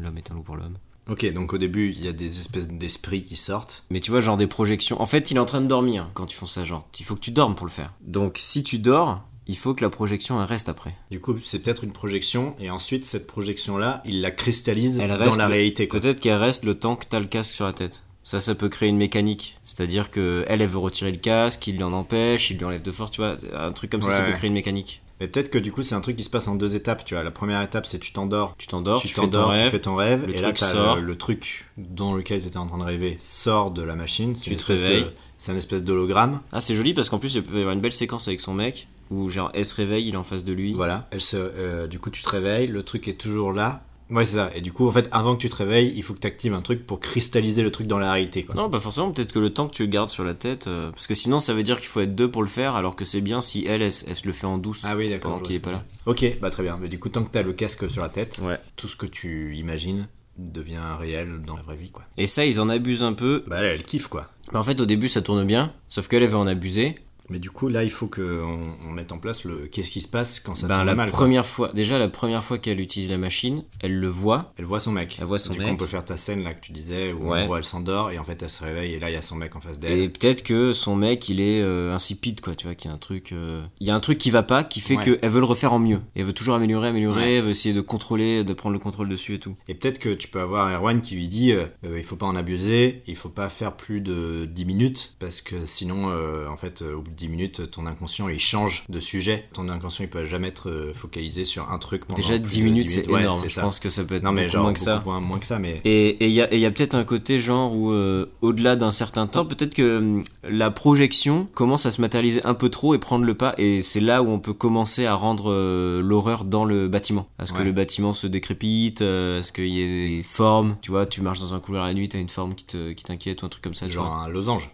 Speaker 2: L'homme est un loup pour l'homme.
Speaker 1: Ok, donc au début, il y a des espèces d'esprits qui sortent.
Speaker 2: Mais tu vois, genre des projections. En fait, il est en train de dormir quand ils font ça, genre. Il faut que tu dormes pour le faire. Donc, si tu dors, il faut que la projection elle reste après.
Speaker 1: Du coup, c'est peut-être une projection, et ensuite, cette projection-là, il la cristallise
Speaker 2: Elle
Speaker 1: dans
Speaker 2: reste
Speaker 1: la
Speaker 2: le-
Speaker 1: réalité. quoi.
Speaker 2: Peut-être qu'elle reste le temps que t'as le casque sur la tête. Ça, ça peut créer une mécanique. C'est-à-dire que elle, elle veut retirer le casque, il lui en empêche, il lui enlève de force, tu vois. Un truc comme ça,
Speaker 1: Ouais,
Speaker 2: ça peut
Speaker 1: ouais.
Speaker 2: créer une mécanique.
Speaker 1: Mais peut-être que du coup, c'est un truc qui se passe en deux étapes, tu vois. La première étape, c'est tu t'endors,
Speaker 2: Tu t'endors,
Speaker 1: tu
Speaker 2: tu, fais ton
Speaker 1: t'endors, tu
Speaker 2: rêve,
Speaker 1: fais ton rêve,
Speaker 2: le
Speaker 1: et là,
Speaker 2: truc
Speaker 1: t'as
Speaker 2: sort.
Speaker 1: le, le truc dans lequel tu étais en train de rêver sort de la machine. c'est
Speaker 2: Tu
Speaker 1: une
Speaker 2: te
Speaker 1: espèce de-
Speaker 2: réveilles.
Speaker 1: C'est un espèce d'hologramme.
Speaker 2: Ah, c'est joli parce qu'en plus, il peut y avoir une belle séquence avec son mec où, genre, elle se réveille, il est en face de lui.
Speaker 1: Voilà. Elle se, euh, du coup, tu te réveilles, le truc est toujours là. Ouais, c'est ça. Et du coup, en fait, avant que tu te réveilles, il faut que tu actives un truc pour cristalliser le truc dans la réalité. Quoi.
Speaker 2: Non, pas forcément, peut-être que le temps que tu le gardes sur la tête, euh, parce que sinon, ça veut dire qu'il faut être deux pour le faire, alors que c'est bien si elle, elle, se- elle se le fait en douce
Speaker 1: Ah oui, d'accord.
Speaker 2: pendant
Speaker 1: je
Speaker 2: qu'il est
Speaker 1: vois
Speaker 2: pas là.
Speaker 1: ce que- Ok, bah très bien. Mais du coup, tant que t'as le casque sur la tête,
Speaker 2: Ouais.
Speaker 1: tout ce que tu imagines devient réel dans la vraie vie, quoi.
Speaker 2: Et ça, ils en abusent un peu.
Speaker 1: Bah elle, elle kiffe, quoi.
Speaker 2: Mais en fait, au début, ça tourne bien, sauf qu'elle, elle veut en abuser.
Speaker 1: Mais du coup, là, il faut qu'on on mette en place le qu'est-ce qui se passe quand ça
Speaker 2: ben,
Speaker 1: tourne
Speaker 2: la
Speaker 1: mal. quoi.
Speaker 2: première fois, déjà la première fois qu'elle utilise la machine, elle le voit.
Speaker 1: Elle voit son mec.
Speaker 2: Elle voit son
Speaker 1: du
Speaker 2: mec.
Speaker 1: coup, on peut faire ta scène là que tu disais où
Speaker 2: Ouais.
Speaker 1: en gros elle s'endort et en fait elle se réveille et là il y a son mec en face d'elle.
Speaker 2: Et peut-être que son mec, il est euh, insipide, quoi, tu vois, qu'il y a un truc... euh, Il y a un truc qui va pas, qui fait
Speaker 1: Ouais.
Speaker 2: qu'elle veut le refaire en mieux. Elle veut toujours améliorer, améliorer,
Speaker 1: Ouais.
Speaker 2: elle veut essayer de contrôler, de prendre le contrôle dessus et tout.
Speaker 1: Et peut-être que tu peux avoir Erwan qui lui dit euh, euh, il faut pas en abuser, il faut pas faire plus de 10 minutes parce que sinon euh, en fait euh, au bout de 10 minutes ton inconscient il change de sujet. Ton inconscient il peut jamais être euh, focalisé sur un truc pendant
Speaker 2: Déjà,
Speaker 1: plus
Speaker 2: 10
Speaker 1: de
Speaker 2: minutes, c'est
Speaker 1: Ouais,
Speaker 2: énorme,
Speaker 1: c'est
Speaker 2: je
Speaker 1: ça.
Speaker 2: pense que ça peut être
Speaker 1: non mais
Speaker 2: beaucoup
Speaker 1: genre
Speaker 2: moins que ça.
Speaker 1: beaucoup moins- moins que ça mais
Speaker 2: Et il y a, et y a peut-être un côté genre où, euh, au-delà d'un certain temps, peut-être que hum, la projection commence à se matérialiser un peu trop et prendre le pas. Et c'est là où on peut commencer à rendre euh, l'horreur dans le bâtiment. À ce
Speaker 1: Ouais.
Speaker 2: que le bâtiment se décrépite, euh, à ce qu'il y ait des formes. Tu vois, tu marches dans un couloir la nuit, t'as une forme qui te- qui t'inquiète ou un truc comme ça. tu
Speaker 1: genre
Speaker 2: vois.
Speaker 1: un losange.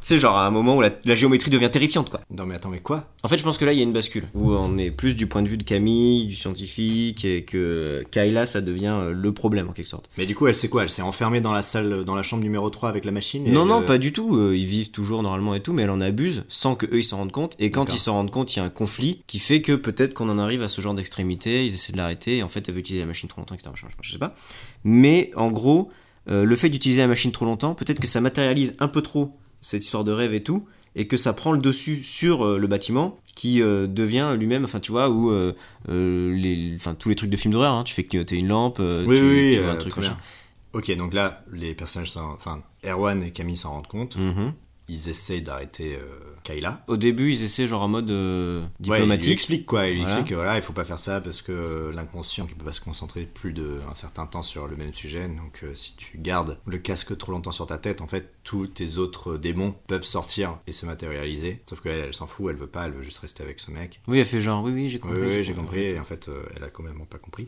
Speaker 2: C'est genre à un moment où la, la géométrie devient terrifiante, quoi.
Speaker 1: Non mais attends mais quoi
Speaker 2: En fait, je pense que là, il y a une bascule où on est plus du point de vue de Camille, du scientifique, et que Kayla, ça devient euh, le problème en quelque sorte.
Speaker 1: Mais du coup elle c'est quoi Elle s'est enfermée dans la salle dans la chambre numéro 3 avec la machine et
Speaker 2: Non,
Speaker 1: elle,
Speaker 2: non,
Speaker 1: euh,
Speaker 2: pas du tout. Euh, ils vivent toujours normalement et tout, mais elle en abuse sans que eux ils s'en rendent compte. Et quand
Speaker 1: D'accord.
Speaker 2: ils s'en rendent compte, il y a un conflit qui fait que peut-être qu'on en arrive à ce genre d'extrémité. Ils essaient de l'arrêter. Et en fait, elle veut utiliser la machine trop longtemps, etc. machin, machin, Je sais pas. Mais en gros, euh, le fait d'utiliser la machine trop longtemps, peut-être que ça matérialise un peu trop cette histoire de rêve et tout, et que ça prend le dessus sur euh, le bâtiment qui euh, devient lui-même, enfin tu vois, où euh, euh, les, enfin tous les trucs de films d'horreur, hein, tu fais clignoter une lampe, euh,
Speaker 1: Oui,
Speaker 2: tu,
Speaker 1: oui,
Speaker 2: tu
Speaker 1: oui,
Speaker 2: vois un
Speaker 1: euh,
Speaker 2: truc
Speaker 1: très
Speaker 2: machin.
Speaker 1: Ok, donc là, les personnages sont. Enfin, Erwan et Camille s'en rendent compte.
Speaker 2: Mhm.
Speaker 1: Ils essayent d'arrêter euh, Kayla.
Speaker 2: Au début, ils essaient genre en mode euh,
Speaker 1: Ouais, il lui
Speaker 2: diplomatique.
Speaker 1: explique quoi. Il lui
Speaker 2: Voilà.
Speaker 1: explique que voilà, il faut pas faire ça parce que euh, l'inconscient qui peut pas se concentrer plus d'un certain temps sur le même sujet. Donc euh, si tu gardes le casque trop longtemps sur ta tête, en fait, tous tes autres démons peuvent sortir et se matérialiser. Sauf qu'elle, elle s'en fout, elle veut pas, elle veut juste rester avec ce mec.
Speaker 2: Oui, elle fait genre, oui, oui, j'ai
Speaker 1: Oui,
Speaker 2: compris.
Speaker 1: oui, j'ai compris. Et en fait, euh, elle a quand même pas compris.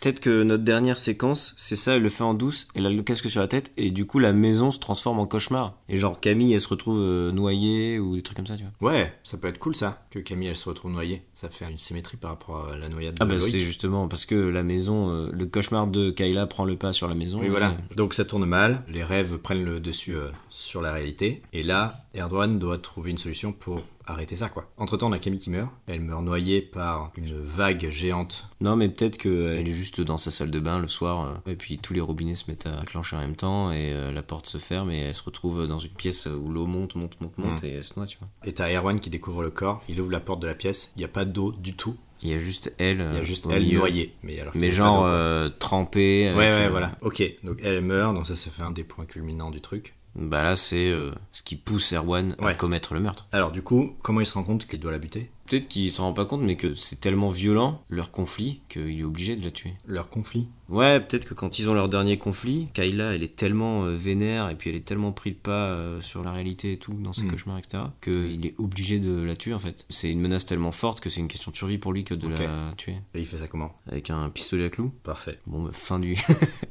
Speaker 2: Peut-être que notre dernière séquence, c'est ça, elle le fait en douce, elle a le casque sur la tête, et du coup, la maison se transforme en cauchemar. Et genre, Camille, elle se retrouve euh, noyée, ou des trucs comme ça, tu vois.
Speaker 1: Ouais, ça peut être cool ça, que Camille, elle se retrouve noyée. Ça fait une symétrie par rapport à la noyade de
Speaker 2: Ah bah,
Speaker 1: Loïc.
Speaker 2: c'est justement parce que la maison, euh, le cauchemar de Kayla prend le pas sur la maison.
Speaker 1: Oui, voilà. Donc ça tourne mal, les rêves prennent le dessus euh, sur la réalité, et là, Erdogan doit trouver une solution pour arrêter ça, quoi. Entre-temps, on a Camille qui meurt, elle meurt noyée par une vague géante.
Speaker 2: Non, mais peut-être qu'elle est juste dans sa salle de bain le soir, euh, et puis tous les robinets se mettent à clencher en même temps, et euh, la porte se ferme, et elle se retrouve dans une pièce où l'eau monte, monte, monte, monte, et elle se noie, tu vois.
Speaker 1: Et t'as Erwan qui découvre le corps, il ouvre la porte de la pièce, il n'y a pas d'eau du tout,
Speaker 2: Il y a juste elle,
Speaker 1: il y a
Speaker 2: euh,
Speaker 1: juste
Speaker 2: au
Speaker 1: elle
Speaker 2: milieu.
Speaker 1: noyée. Mais, alors qu'il
Speaker 2: Mais
Speaker 1: y a pas
Speaker 2: genre
Speaker 1: d'eau, quoi.
Speaker 2: euh, trempée. avec,
Speaker 1: Ouais, ouais,
Speaker 2: euh,
Speaker 1: voilà. Ok, donc elle meurt, donc ça, ça fait un des points culminants du truc.
Speaker 2: Bah là, c'est euh, ce qui pousse Erwan à
Speaker 1: Ouais.
Speaker 2: commettre le meurtre.
Speaker 1: Alors du coup, comment il se rend compte qu'il doit la buter
Speaker 2: Peut-être qu'il s'en rend pas compte, mais que c'est tellement violent, leur conflit, qu'il est obligé de la tuer.
Speaker 1: Leur conflit
Speaker 2: Ouais, peut-être que quand ils ont leur dernier conflit, Kayla, elle est tellement euh, vénère, et puis elle est tellement pris de pas euh, sur la réalité et tout, dans ses
Speaker 1: Mm.
Speaker 2: cauchemars, etc., qu'il est obligé de la tuer, en fait. C'est une menace tellement forte que c'est une question de survie pour lui que de la tuer.
Speaker 1: Et il fait ça comment
Speaker 2: Avec un pistolet à clous.
Speaker 1: Parfait.
Speaker 2: Bon, bah, fin du. [LAUGHS]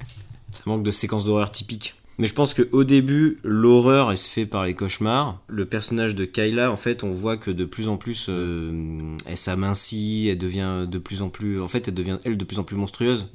Speaker 2: ça manque de séquences d'horreur typiques. Mais je pense qu'au début, l'horreur, elle se fait par les cauchemars. Le personnage de Kayla, en fait, on voit que de plus en plus, euh, elle s'amincit, elle devient de plus en plus. En fait, elle devient, elle, de plus en plus monstrueuse.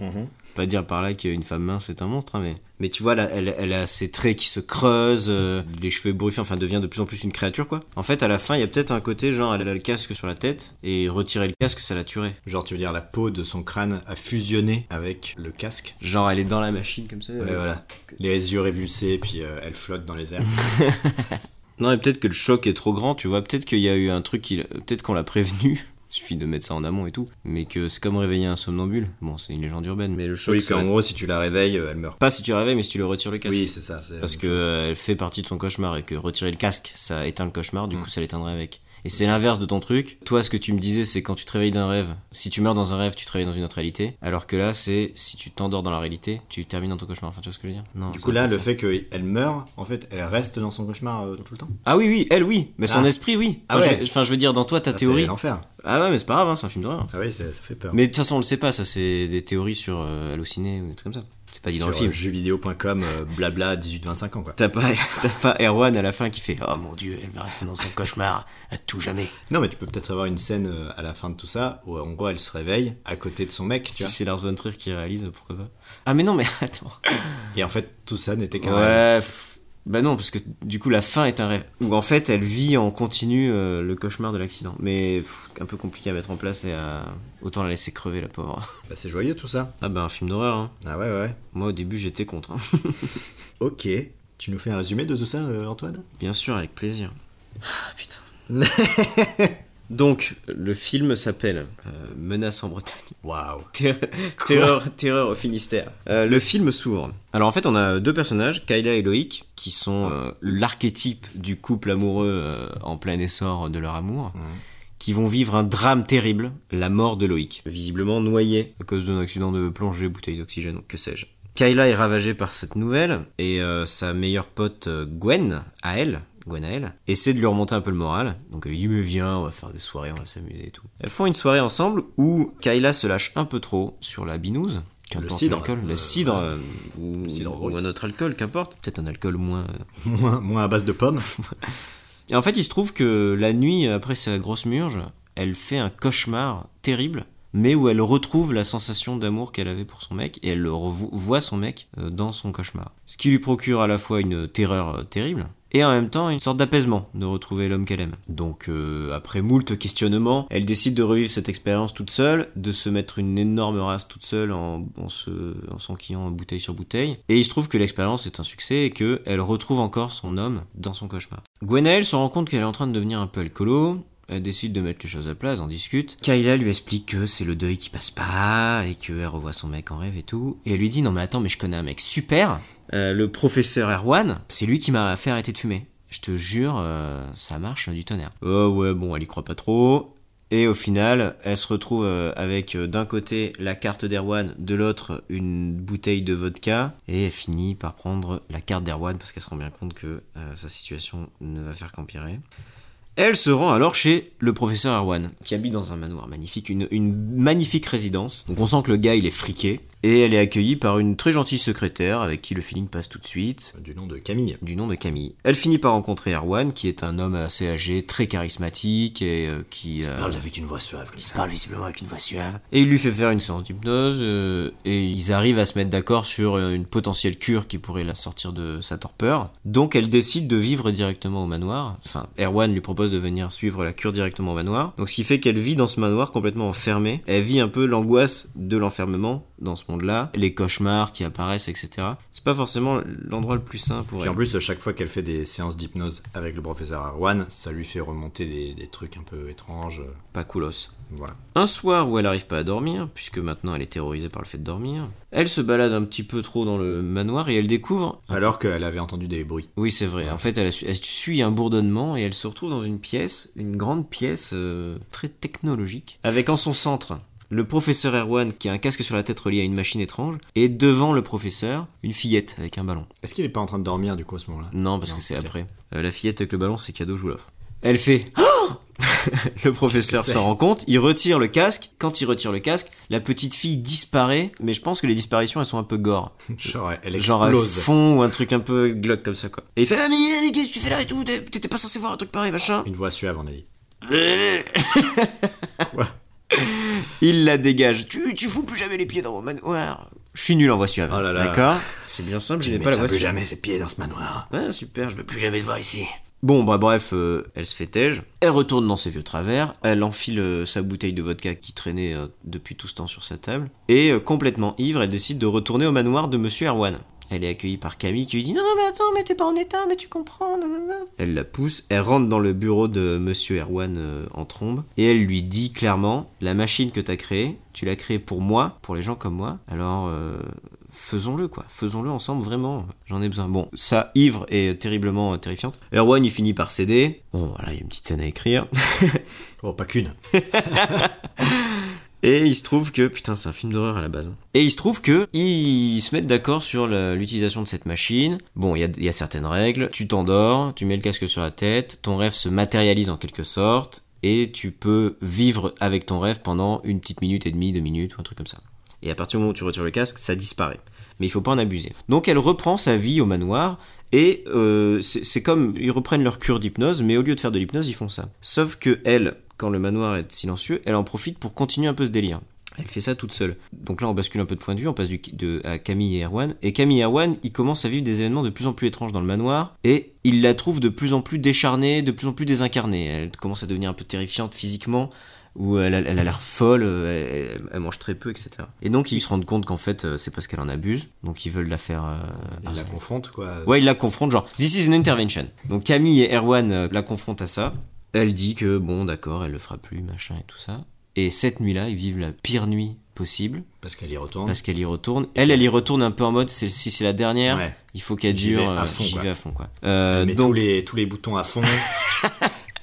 Speaker 2: Pas dire par là qu'une femme mince est un monstre, hein, mais. Mais tu vois, là, elle, elle a ses traits qui se creusent, euh, les cheveux ébouriffés, enfin, elle devient de plus en plus une créature, quoi. En fait, à la fin, il y a peut-être un côté, genre, elle a le casque sur la tête, et retirer le casque, ça la tuerait.
Speaker 1: Genre, tu veux dire, la peau de son crâne a fusionné avec le casque
Speaker 2: Genre, elle est dans la machine, comme ça.
Speaker 1: Ouais,
Speaker 2: euh,
Speaker 1: voilà. Les yeux révulsés, puis euh, elle flotte dans les airs.
Speaker 2: Non, et peut-être que le choc est trop grand, tu vois. Peut-être qu'il y a eu un truc, qui... peut-être qu'on l'a prévenu. [LAUGHS] Il suffit de mettre ça en amont et tout. Mais que c'est comme réveiller un somnambule. Bon, c'est une légende urbaine, mais le
Speaker 1: [LAUGHS]
Speaker 2: choc.
Speaker 1: Oui,
Speaker 2: serait-
Speaker 1: qu'en gros, si tu la réveilles, euh, elle meurt.
Speaker 2: Pas si tu la réveilles, mais si tu le retires le casque.
Speaker 1: Oui, c'est ça. c'est-
Speaker 2: Parce que euh, elle fait partie de son cauchemar et que retirer le casque, ça éteint le cauchemar, du
Speaker 1: Mm.
Speaker 2: coup ça l'éteindrait avec. Et c'est l'inverse de ton truc. Toi, ce que tu me disais, c'est quand tu te réveilles d'un rêve, si tu meurs dans un rêve, tu te réveilles dans une autre réalité. Alors que là, c'est si tu t'endors dans la réalité, tu termines dans ton cauchemar. Enfin, tu vois ce que je veux dire Non.
Speaker 1: Du
Speaker 2: ça
Speaker 1: coup,
Speaker 2: n'a
Speaker 1: là,
Speaker 2: pas de
Speaker 1: le
Speaker 2: sens.
Speaker 1: fait qu'elle meure, en fait, elle reste dans son cauchemar euh, tout le temps.
Speaker 2: Ah oui, oui, elle, oui. Mais son
Speaker 1: Ah.
Speaker 2: esprit, oui.
Speaker 1: Ah
Speaker 2: Enfin,
Speaker 1: ouais.
Speaker 2: je- Enfin, je veux dire, dans toi, ta
Speaker 1: Ça, c'est
Speaker 2: théorie.
Speaker 1: l'enfer.
Speaker 2: Ah ouais, mais c'est pas grave, hein, c'est un film d'horreur.
Speaker 1: Ah oui, ça, ça fait peur.
Speaker 2: Mais de toute façon, on le sait pas, ça, c'est des théories sur euh, halluciné ou des trucs comme ça. C'est pas dit dans le
Speaker 1: Sur,
Speaker 2: film.
Speaker 1: euh, jeuxvideo.com, euh, blabla, 18-25 ans, quoi.
Speaker 2: T'as pas, [LAUGHS] t'as pas Erwan à la fin qui fait Oh mon dieu, elle va rester dans son cauchemar à tout jamais.
Speaker 1: Non, mais tu peux peut-être avoir une scène euh, à la fin de tout ça où, euh, en gros, elle se réveille à côté de son mec, tu
Speaker 2: Si
Speaker 1: vois.
Speaker 2: c'est Lars von Trier qui réalise, pourquoi pas Ah mais non, mais [LAUGHS] attends.
Speaker 1: Et en fait, tout ça n'était qu'un rêve.
Speaker 2: Ouais. pff, Bah non, parce que du coup la fin est un rêve. Ou en fait elle vit en continu euh, le cauchemar de l'accident. Mais pff, un peu compliqué à mettre en place et à... autant la laisser crever la pauvre.
Speaker 1: Bah, c'est joyeux tout ça.
Speaker 2: Ah bah un film d'horreur. hein.
Speaker 1: Ah ouais, ouais.
Speaker 2: Moi au début j'étais contre. hein.
Speaker 1: Ok. Tu nous fais un résumé de tout ça, euh, Antoine
Speaker 2: Bien sûr, avec plaisir. Ah putain. [LAUGHS] Donc le film s'appelle euh, Menace en Bretagne. [LAUGHS]
Speaker 1: Waouh.
Speaker 2: Terre- Terreur, terreur au Finistère. Euh, le film s'ouvre. Alors en fait, on a deux personnages, Kyla et Loïc, qui sont euh, l'archétype du couple amoureux euh, en plein essor de leur amour, qui vont vivre un drame terrible, la mort de Loïc, visiblement noyé à cause d'un accident de plongée, bouteille d'oxygène, que sais-je. Kyla est ravagée par cette nouvelle et euh, sa meilleure pote euh, Gwen, à elle, Gwen à elle, essaie de lui remonter un peu le moral. Donc elle lui dit mais viens, on va faire des soirées, on va s'amuser et tout. Elles font une soirée ensemble où Kyla se lâche un peu trop sur la binouse. qu'importe
Speaker 1: cidre,
Speaker 2: l'alcool, Le
Speaker 1: euh,
Speaker 2: cidre, euh, ou,
Speaker 1: cidre
Speaker 2: ou
Speaker 1: brut.
Speaker 2: un autre alcool, qu'importe. Peut-être un alcool moins... euh,
Speaker 1: Moins, moins à base de pommes.
Speaker 2: et en fait, il se trouve que la nuit, après sa grosse murge, elle fait un cauchemar terrible, mais où elle retrouve la sensation d'amour qu'elle avait pour son mec, et elle le revo- voit son mec euh, dans son cauchemar. Ce qui lui procure à la fois une terreur euh, terrible, et en même temps une sorte d'apaisement de retrouver l'homme qu'elle aime. Donc, euh, après moult questionnements, elle décide de revivre cette expérience toute seule, de se mettre une énorme race toute seule en, en se, en s'enquillant bouteille sur bouteille. Et il se trouve que l'expérience est un succès et qu'elle retrouve encore son homme dans son cauchemar. Gwenaël se rend compte qu'elle est en train de devenir un peu alcoolo. Elle décide de mettre les choses à plat, elles en discute. Kayla lui explique que c'est le deuil qui passe pas et qu'elle revoit son mec en rêve et tout. Et elle lui dit Non, mais attends, mais je connais un mec super. Euh, le professeur Erwan, c'est lui qui m'a fait arrêter de fumer. Je te jure, euh, ça marche du tonnerre. Oh ouais, bon, elle y croit pas trop. Et au final, elle se retrouve euh, avec euh, d'un côté la carte d'Erwan, de l'autre une bouteille de vodka, et elle finit par prendre la carte d'Erwan parce qu'elle se rend bien compte que euh, sa situation ne va faire qu'empirer. Elle se rend alors chez le professeur Erwan, qui habite dans un manoir magnifique, une, une magnifique résidence. Donc on sent que le gars il est friqué, et elle est accueillie par une très gentille secrétaire avec qui le feeling passe tout de suite
Speaker 1: Du nom de Camille.
Speaker 2: du nom de Camille. Elle finit par rencontrer Erwan, qui est un homme assez âgé, très charismatique et euh, qui euh,
Speaker 1: Parle avec une voix suave comme
Speaker 2: qui
Speaker 1: ça.
Speaker 2: parle visiblement avec une voix suave. Et il lui fait faire une séance d'hypnose euh, et ils arrivent à se mettre d'accord sur euh, une potentielle cure qui pourrait la sortir de sa torpeur. Donc elle décide de vivre directement au manoir. Enfin, Erwan lui propose de venir suivre la cure directement au manoir. Donc ce qui fait qu'elle vit dans ce manoir complètement enfermée. Elle vit un peu l'angoisse de l'enfermement dans ce monde-là, les cauchemars qui apparaissent, etc. C'est pas forcément l'endroit le plus sain pour
Speaker 1: Puis
Speaker 2: elle.
Speaker 1: en plus, chaque fois qu'elle fait des séances d'hypnose avec le professeur Arwan, ça lui fait remonter des, des trucs un peu étranges. euh,
Speaker 2: Pas coolos.
Speaker 1: Voilà.
Speaker 2: Un soir où elle n'arrive pas à dormir, puisque maintenant elle est terrorisée par le fait de dormir, elle se balade un petit peu trop dans le manoir et elle découvre...
Speaker 1: Alors qu'elle avait entendu des bruits.
Speaker 2: Oui c'est vrai, en fait elle, su- elle suit un bourdonnement et elle se retrouve dans une pièce, une grande pièce euh, très technologique, avec en son centre le professeur Erwan qui a un casque sur la tête relié à une machine étrange, et devant le professeur, une fillette avec un ballon.
Speaker 1: Est-ce qu'il est pas en train de dormir du coup à ce
Speaker 2: [LAUGHS]
Speaker 1: moment-là
Speaker 2: Non, parce
Speaker 1: Non,
Speaker 2: que c'est
Speaker 1: ok.
Speaker 2: après. Euh, la fillette avec le ballon, c'est cadeau, je vous l'offre. Elle fait Le
Speaker 1: [GASPS]
Speaker 2: professeur
Speaker 1: Qu'est-ce que
Speaker 2: s'en rend compte, il retire le casque. Quand il retire le casque, la petite fille disparaît, mais je pense que les disparitions, elles sont un peu gore.
Speaker 1: Genre, elle
Speaker 2: Genre à
Speaker 1: explose.
Speaker 2: fond ou un truc un peu glauque comme ça, quoi. Et il fait Ah, mais euh, qu'est-ce que tu fais là et tout T'es- T'étais pas censé voir un truc pareil, machin.
Speaker 1: Une voix suave, on a dit.
Speaker 2: Il la dégage. Tu, tu fous plus jamais les pieds dans mon manoir. Je suis nul en voix suave.
Speaker 1: Oh là là.
Speaker 2: D'accord C'est bien simple, je n'ai pas la voix
Speaker 1: plus
Speaker 2: suave.
Speaker 1: jamais les pieds dans ce manoir.
Speaker 2: Ah super, je veux plus jamais te voir ici. Bon bah bref, euh, elle se fait tège, elle retourne dans ses vieux travers, elle enfile euh, sa bouteille de vodka qui traînait euh, depuis tout ce temps sur sa table, et euh, complètement ivre, elle décide de retourner au manoir de Monsieur Erwan. Elle est accueillie par Camille qui lui dit Non, non, mais attends, mais t'es pas en état, mais tu comprends. nanana. Elle la pousse, elle rentre dans le bureau de Monsieur Erwan euh, en trombe et elle lui dit clairement La machine que t'as créée, tu l'as créée pour moi, pour les gens comme moi, alors euh, faisons-le quoi, faisons-le ensemble vraiment, j'en ai besoin. Bon, ça, ivre et terriblement euh, terrifiante. Erwan il finit par céder. Bon, voilà, il y a une petite scène à écrire. [LAUGHS]
Speaker 1: Oh, pas qu'une.
Speaker 2: Ah, Et il se trouve que, putain, c'est un film d'horreur à la base. hein. Et il se trouve que, ils se mettent d'accord sur la- l'utilisation de cette machine. Bon, il y a, il y a certaines règles. Tu t'endors, tu mets le casque sur la tête, ton rêve se matérialise en quelque sorte, et tu peux vivre avec ton rêve pendant une petite minute et demie, deux minutes, ou un truc comme ça. Et à partir du moment où tu retires le casque, ça disparaît. Mais il faut pas en abuser. Donc elle reprend sa vie au manoir. Et euh, c'est c'est comme ils reprennent leur cure d'hypnose, mais au lieu de faire de l'hypnose, ils font ça. Sauf que elle, quand le manoir est silencieux, elle en profite pour continuer un peu ce délire. Elle fait ça toute seule. Donc là, on bascule un peu de point de vue, on passe du, de, à Camille et Erwan. Et Camille et Erwan, ils commencent à vivre des événements de plus en plus étranges dans le manoir. Et ils la trouvent de plus en plus décharnée, de plus en plus désincarnée. Elle commence à devenir un peu terrifiante physiquement où elle a, elle a l'air folle, euh, elle, elle mange très peu, etc. Et donc ils se rendent compte qu'en fait euh, c'est parce qu'elle en abuse, donc ils veulent la faire. euh,
Speaker 1: Elle la
Speaker 2: arrêter.
Speaker 1: confronte, quoi.
Speaker 2: ouais, ils la confrontent, genre This is an intervention. Donc Camille et Erwan euh, la confrontent à ça. Elle dit que bon, d'accord, elle le fera plus, machin et tout ça. Et cette nuit-là, ils vivent la pire nuit possible
Speaker 1: Parce qu'elle y retourne.
Speaker 2: parce qu'elle y retourne. Elle, elle y retourne un peu en mode c'est- si c'est la dernière,
Speaker 1: Ouais.
Speaker 2: il faut qu'elle
Speaker 1: J'y
Speaker 2: dure.
Speaker 1: vais à
Speaker 2: euh,
Speaker 1: fond,
Speaker 2: J'y
Speaker 1: quoi.
Speaker 2: vais à fond, quoi. Euh,
Speaker 1: Elle met
Speaker 2: donc
Speaker 1: tous, les, tous les boutons à fond.
Speaker 2: [LAUGHS] Elle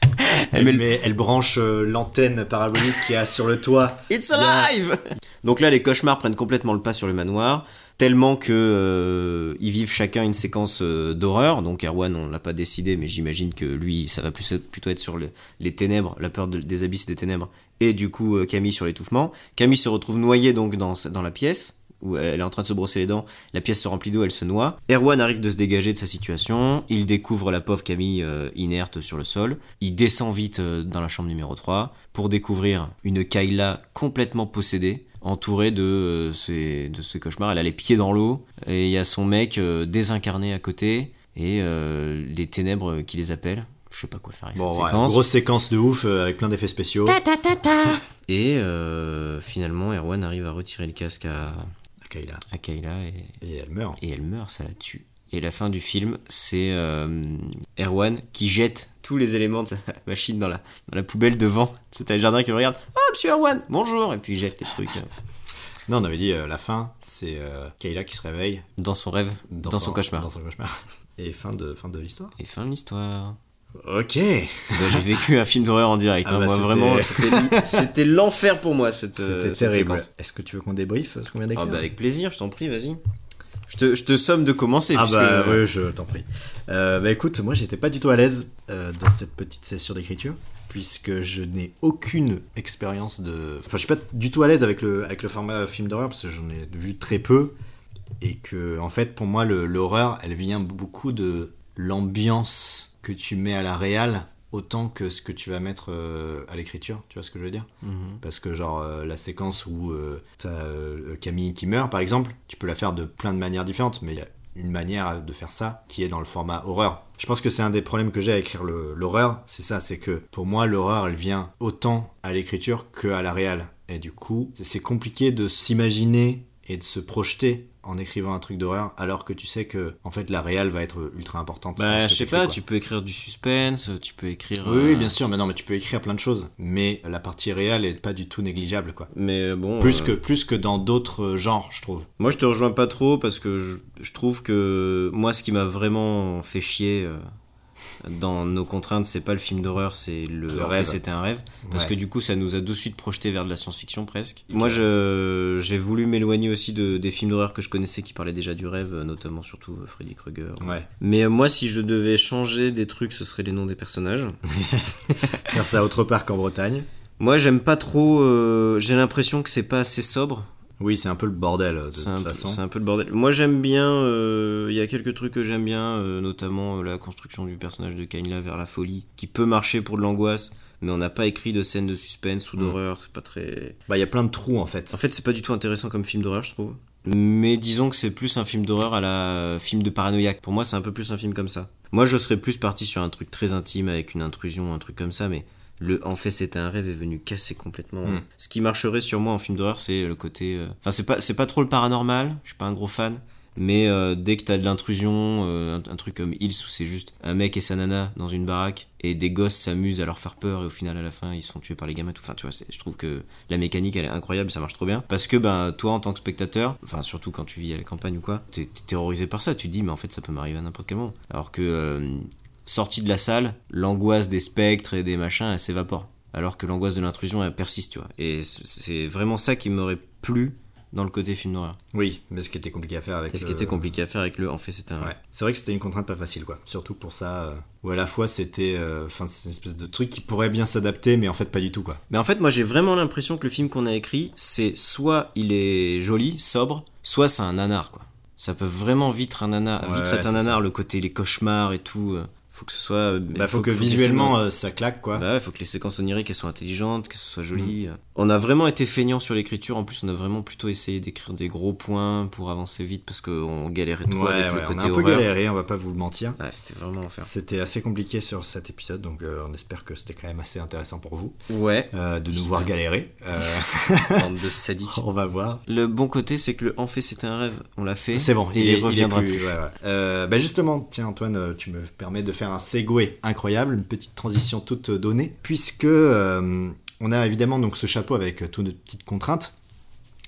Speaker 1: elle,
Speaker 2: met le-
Speaker 1: met- elle branche euh, l'antenne parabolique qu'il y a sur le toit.
Speaker 2: It's alive [LAUGHS] Donc là, les cauchemars prennent complètement le pas sur le manoir, tellement que euh, ils vivent chacun une séquence euh, d'horreur. Donc Erwan, on l'a pas décidé, mais j'imagine que lui, ça va plus être- plutôt être sur le- les ténèbres, la peur de- des abysses et des ténèbres, et du coup euh, Camille sur l'étouffement. Camille se retrouve noyée donc dans, sa- dans la pièce où elle est en train de se brosser les dents, la pièce se remplit d'eau, elle se noie. Erwan arrive de se dégager de sa situation, il découvre la pauvre Camille euh, inerte sur le sol, il descend vite euh, dans la chambre numéro 3 pour découvrir une Kayla complètement possédée, entourée de, euh, ses, de ses cauchemars, elle a les pieds dans l'eau, et il y a son mec euh, désincarné à côté, et euh, les ténèbres qui les appellent. Je sais pas quoi faire avec
Speaker 1: Bon,
Speaker 2: cette
Speaker 1: ouais,
Speaker 2: séquence.
Speaker 1: grosse séquence de ouf euh, avec plein d'effets spéciaux.
Speaker 2: Et euh, finalement, Erwan arrive à retirer le casque à,
Speaker 1: Ok, là.
Speaker 2: à Kayla et,
Speaker 1: Et elle meurt.
Speaker 2: et elle meurt, ça la tue. Et la fin du film, c'est euh, Erwan qui jette tous les éléments de sa [LAUGHS] machine dans la, dans la poubelle devant. C'est un jardin qui le regarde. Ah, monsieur Erwan, bonjour Et puis il jette les trucs euh,
Speaker 1: Non, on avait dit euh, la fin, c'est euh, Kayla qui se réveille
Speaker 2: dans son rêve, dans, son, cauchemar.
Speaker 1: Dans son
Speaker 2: [LAUGHS]
Speaker 1: cauchemar. Et fin de, fin de l'histoire.
Speaker 2: Et fin de l'histoire.
Speaker 1: Ok.
Speaker 2: Bah, J'ai vécu un film d'horreur en direct.
Speaker 1: Ah
Speaker 2: hein.
Speaker 1: bah,
Speaker 2: moi,
Speaker 1: c'était-
Speaker 2: vraiment,
Speaker 1: [LAUGHS]
Speaker 2: c'était- c'était l'enfer pour moi, cette, euh,
Speaker 1: C'était
Speaker 2: cette
Speaker 1: terrible.
Speaker 2: séquence.
Speaker 1: Est-ce que tu veux qu'on débriefe euh, ce qu'on vient
Speaker 2: Ah,
Speaker 1: d'écrire
Speaker 2: bah, avec plaisir, je t'en prie, vas-y. Je te, je te somme de commencer.
Speaker 1: Ah
Speaker 2: puisque-
Speaker 1: bah oui, je t'en prie. Euh, bah écoute, moi j'étais pas du tout à l'aise euh, dans cette petite session d'écriture, puisque je n'ai aucune expérience de... Enfin, je suis pas du tout à l'aise avec le, avec le format film d'horreur, parce que j'en ai vu très peu, et que en fait pour moi le- l'horreur, elle vient beaucoup de l'ambiance que tu mets à la réal autant que ce que tu vas mettre euh, à l'écriture, tu vois ce que je veux dire
Speaker 2: Mhm.
Speaker 1: parce que genre euh, la séquence où euh, t'as euh, Camille qui meurt par exemple, tu peux la faire de plein de manières différentes, mais il y a une manière de faire ça qui est dans le format horreur. Je pense que c'est un des problèmes que j'ai à écrire le- l'horreur, c'est ça, c'est que pour moi l'horreur elle vient autant à l'écriture que à la réal. Et du coup, c'est- c'est compliqué de s'imaginer et de se projeter en écrivant un truc d'horreur alors que tu sais que en fait la réal va être ultra importante. dans ce
Speaker 2: Bah,
Speaker 1: que
Speaker 2: je sais
Speaker 1: t'écris,
Speaker 2: pas,
Speaker 1: quoi.
Speaker 2: tu peux écrire du suspense, tu peux écrire.
Speaker 1: Oui, oui,
Speaker 2: euh,
Speaker 1: bien sûr, mais non, mais tu peux écrire plein de choses, mais la partie réelle est pas du tout négligeable, quoi.
Speaker 2: Mais bon.
Speaker 1: Plus
Speaker 2: euh,
Speaker 1: que, plus que dans d'autres euh, genres, je trouve.
Speaker 2: Moi, je te rejoins pas trop parce que je, je trouve que moi, ce qui m'a vraiment fait chier euh, dans nos contraintes, c'est pas le film d'horreur, c'est le,
Speaker 1: Le
Speaker 2: rêve,
Speaker 1: rêve.
Speaker 2: c'était un rêve. Parce
Speaker 1: Ouais.
Speaker 2: que du coup, ça nous a de suite projeté vers de la science-fiction presque. Moi, je, j'ai voulu m'éloigner aussi de, des films d'horreur que je connaissais qui parlaient déjà du rêve, euh, notamment surtout euh, Freddy Krueger.
Speaker 1: Ouais.
Speaker 2: Mais euh, moi, si je devais changer des trucs, ce serait les noms des personnages.
Speaker 1: Faire ça autre part qu'en Bretagne.
Speaker 2: Moi, j'aime pas trop. euh, j'ai l'impression que c'est pas assez sobre.
Speaker 1: Oui, c'est un peu le bordel, euh, de
Speaker 2: C'est un,
Speaker 1: toute
Speaker 2: peu- c'est
Speaker 1: façon.
Speaker 2: un peu le bordel. Moi j'aime bien, euh, il y a quelques trucs que j'aime bien, euh, notamment euh, la construction du personnage de Kayla vers la folie, qui peut marcher pour de l'angoisse, mais on n'a pas écrit de scène de suspense ou
Speaker 1: Mm.
Speaker 2: d'horreur, c'est pas très...
Speaker 1: Bah, il y a plein de trous, en fait.
Speaker 2: En fait c'est pas du tout intéressant comme film d'horreur je trouve. Mais disons que c'est plus un film d'horreur à la euh, film de paranoïaque. Pour moi c'est un peu plus un film comme ça. Moi je serais plus parti sur un truc très intime avec une intrusion, un truc comme ça, mais... Le en fait c'était un rêve est venu casser complètement.
Speaker 1: Mm.
Speaker 2: Ce qui marcherait sur moi en film d'horreur, c'est le côté. euh, Enfin, c'est pas c'est pas trop le paranormal. Je suis pas un gros fan, Mais euh, dès que t'as de l'intrusion, euh, un, un truc comme Hills où c'est juste un mec et sa nana dans une baraque et des gosses s'amusent à leur faire peur et au final à la fin ils sont tués par les gamins tout. Enfin tu vois, c'est- je trouve que la mécanique elle est incroyable, ça marche trop bien. Parce que ben toi en tant que spectateur, enfin surtout quand tu vis à la campagne ou quoi, t'es t'es terrorisé par ça. Tu te dis mais en fait ça peut m'arriver à n'importe quel moment. Alors que euh, sorti de la salle, l'angoisse des spectres et des machins elle s'évapore. Alors que l'angoisse de l'intrusion elle persiste tu vois. Et c- c'est vraiment ça qui m'aurait plu dans le côté film d'horreur.
Speaker 1: Oui, mais ce qui était compliqué à faire avec.
Speaker 2: Et ce qui
Speaker 1: le-
Speaker 2: était compliqué à faire avec le en fait c'était un
Speaker 1: Euh, Ouais. C'est vrai que c'était une contrainte pas facile, quoi. Surtout pour ça, euh, où à la fois c'était, euh, enfin, c'est une espèce de truc qui pourrait bien s'adapter, mais en fait pas du tout, quoi.
Speaker 2: Mais en fait, moi j'ai vraiment l'impression que le film qu'on a écrit, c'est soit il est joli, sobre, soit c'est un nanar quoi. Ça peut vraiment vite être un nanar,
Speaker 1: Ouais,
Speaker 2: vite être
Speaker 1: c'est
Speaker 2: un nanar, le côté les cauchemars et tout. euh, Faut que ce soit. euh,
Speaker 1: Bah, faut, que, visuellement euh, Mm. ça claque, quoi.
Speaker 2: Bah ouais, faut que les séquences oniriques elles soient intelligentes, que ce soit joli. On a vraiment été feignant sur l'écriture. En plus, on a vraiment plutôt essayé d'écrire des gros points pour avancer vite parce qu'on galérait
Speaker 1: ouais,
Speaker 2: trop avec
Speaker 1: ouais,
Speaker 2: le
Speaker 1: on a
Speaker 2: côté
Speaker 1: un peu
Speaker 2: horreur.
Speaker 1: galéré, on va pas vous le mentir.
Speaker 2: Ouais, c'était vraiment l'enfer.
Speaker 1: C'était assez compliqué sur cet épisode, donc euh, on espère que c'était quand même assez intéressant pour vous
Speaker 2: Ouais,
Speaker 1: euh, de nous voir galérer. Euh, [LAUGHS]
Speaker 2: bande de sadiques.
Speaker 1: on va voir.
Speaker 2: Le bon côté, c'est que le en fait c'était un rêve. On l'a fait.
Speaker 1: C'est bon, il,
Speaker 2: Et
Speaker 1: est- il est
Speaker 2: reviendra
Speaker 1: plus-
Speaker 2: plus.
Speaker 1: ouais, ouais. Euh, bah justement, tiens Antoine, euh, tu me permets de faire un segway incroyable, une petite transition toute donnée, puisque euh, on a évidemment donc ce chapeau avec euh, toutes nos petites contraintes.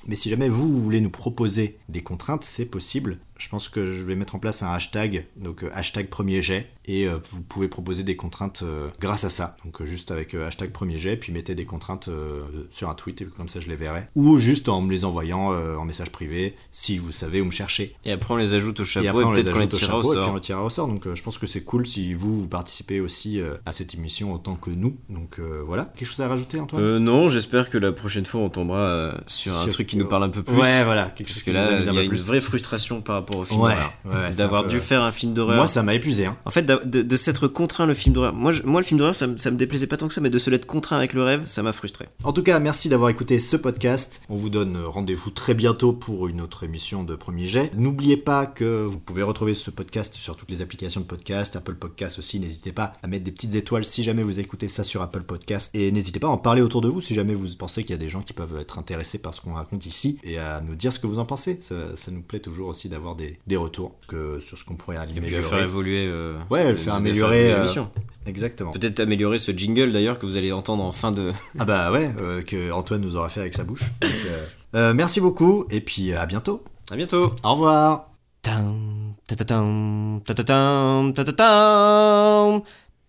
Speaker 1: Mais si jamais vous, vous voulez nous proposer des contraintes, c'est possible. Je pense que je vais mettre en place un hashtag, donc euh, hashtag premier jet, et euh, vous pouvez proposer des contraintes euh, grâce à ça. Donc euh, juste avec euh, hashtag premier jet, puis mettez des contraintes euh, sur un tweet, et comme ça je les verrai. Ou juste en me les envoyant euh, en message privé, si vous savez où me chercher
Speaker 2: Et après, on les ajoute au chapeau
Speaker 1: et
Speaker 2: et,
Speaker 1: après on les
Speaker 2: peut-être qu'on les
Speaker 1: ajoute au
Speaker 2: tirera au,
Speaker 1: chapeau et puis on
Speaker 2: sort.
Speaker 1: les tirera au sort. Donc euh, je pense que c'est cool si vous, vous participez aussi euh, à cette émission autant que nous. Donc euh, voilà. Quelque chose à rajouter Antoine
Speaker 2: Euh, non, j'espère que la prochaine fois, on tombera euh, sur un
Speaker 1: Sur-
Speaker 2: truc qui nous parle un peu plus.
Speaker 1: Ouais voilà. Quelque
Speaker 2: Parce
Speaker 1: chose
Speaker 2: que
Speaker 1: qui nous
Speaker 2: là,
Speaker 1: amuse
Speaker 2: il
Speaker 1: un
Speaker 2: y a
Speaker 1: peu
Speaker 2: une
Speaker 1: plus.
Speaker 2: vraie frustration par rapport au film
Speaker 1: Ouais,
Speaker 2: d'horreur.
Speaker 1: ouais, c'est un
Speaker 2: D'avoir
Speaker 1: peu-
Speaker 2: dû faire un film d'horreur.
Speaker 1: Moi ça m'a épuisé. Hein.
Speaker 2: En fait, d'a- de, de s'être contraint le film d'horreur. Moi, je- moi, le film d'horreur, ça, me- ça me déplaisait pas tant que ça, mais de se l'être contraint avec le rêve, ça m'a frustré.
Speaker 1: En tout cas merci d'avoir écouté ce podcast. On vous donne euh, rendez-vous très bientôt pour une autre émission de Premier Jet. N'oubliez pas que vous pouvez retrouver ce podcast sur toutes les applications de podcast, Apple Podcast aussi. N'hésitez pas à mettre des petites étoiles si jamais vous écoutez ça sur Apple Podcast et n'hésitez pas à en parler autour de vous si jamais vous pensez qu'il y a des gens qui peuvent être intéressés par ce qu'on raconte ici et à nous dire ce que vous en pensez. Ça, ça nous plaît toujours aussi d'avoir des, des retours que, sur ce qu'on pourrait
Speaker 2: Et puis, à faire
Speaker 1: améliorer.
Speaker 2: évoluer. euh,
Speaker 1: Ouais, le
Speaker 2: euh,
Speaker 1: faire
Speaker 2: de-
Speaker 1: améliorer,
Speaker 2: faire
Speaker 1: euh,
Speaker 2: l'émission.
Speaker 1: Exactement.
Speaker 2: Peut-être améliorer ce jingle d'ailleurs que vous allez entendre en fin de.
Speaker 1: Ah bah ouais, euh, que Antoine nous aura fait avec sa bouche. Donc, euh, euh, merci beaucoup et puis à bientôt.
Speaker 2: à bientôt!
Speaker 1: Au revoir.
Speaker 2: Tam, ta-ta-tam, ta-ta-tam, ta-ta-tam.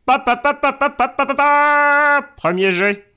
Speaker 2: Pa, pa, pa, pa, pa, pa, pa, pa, pa. Premier jet.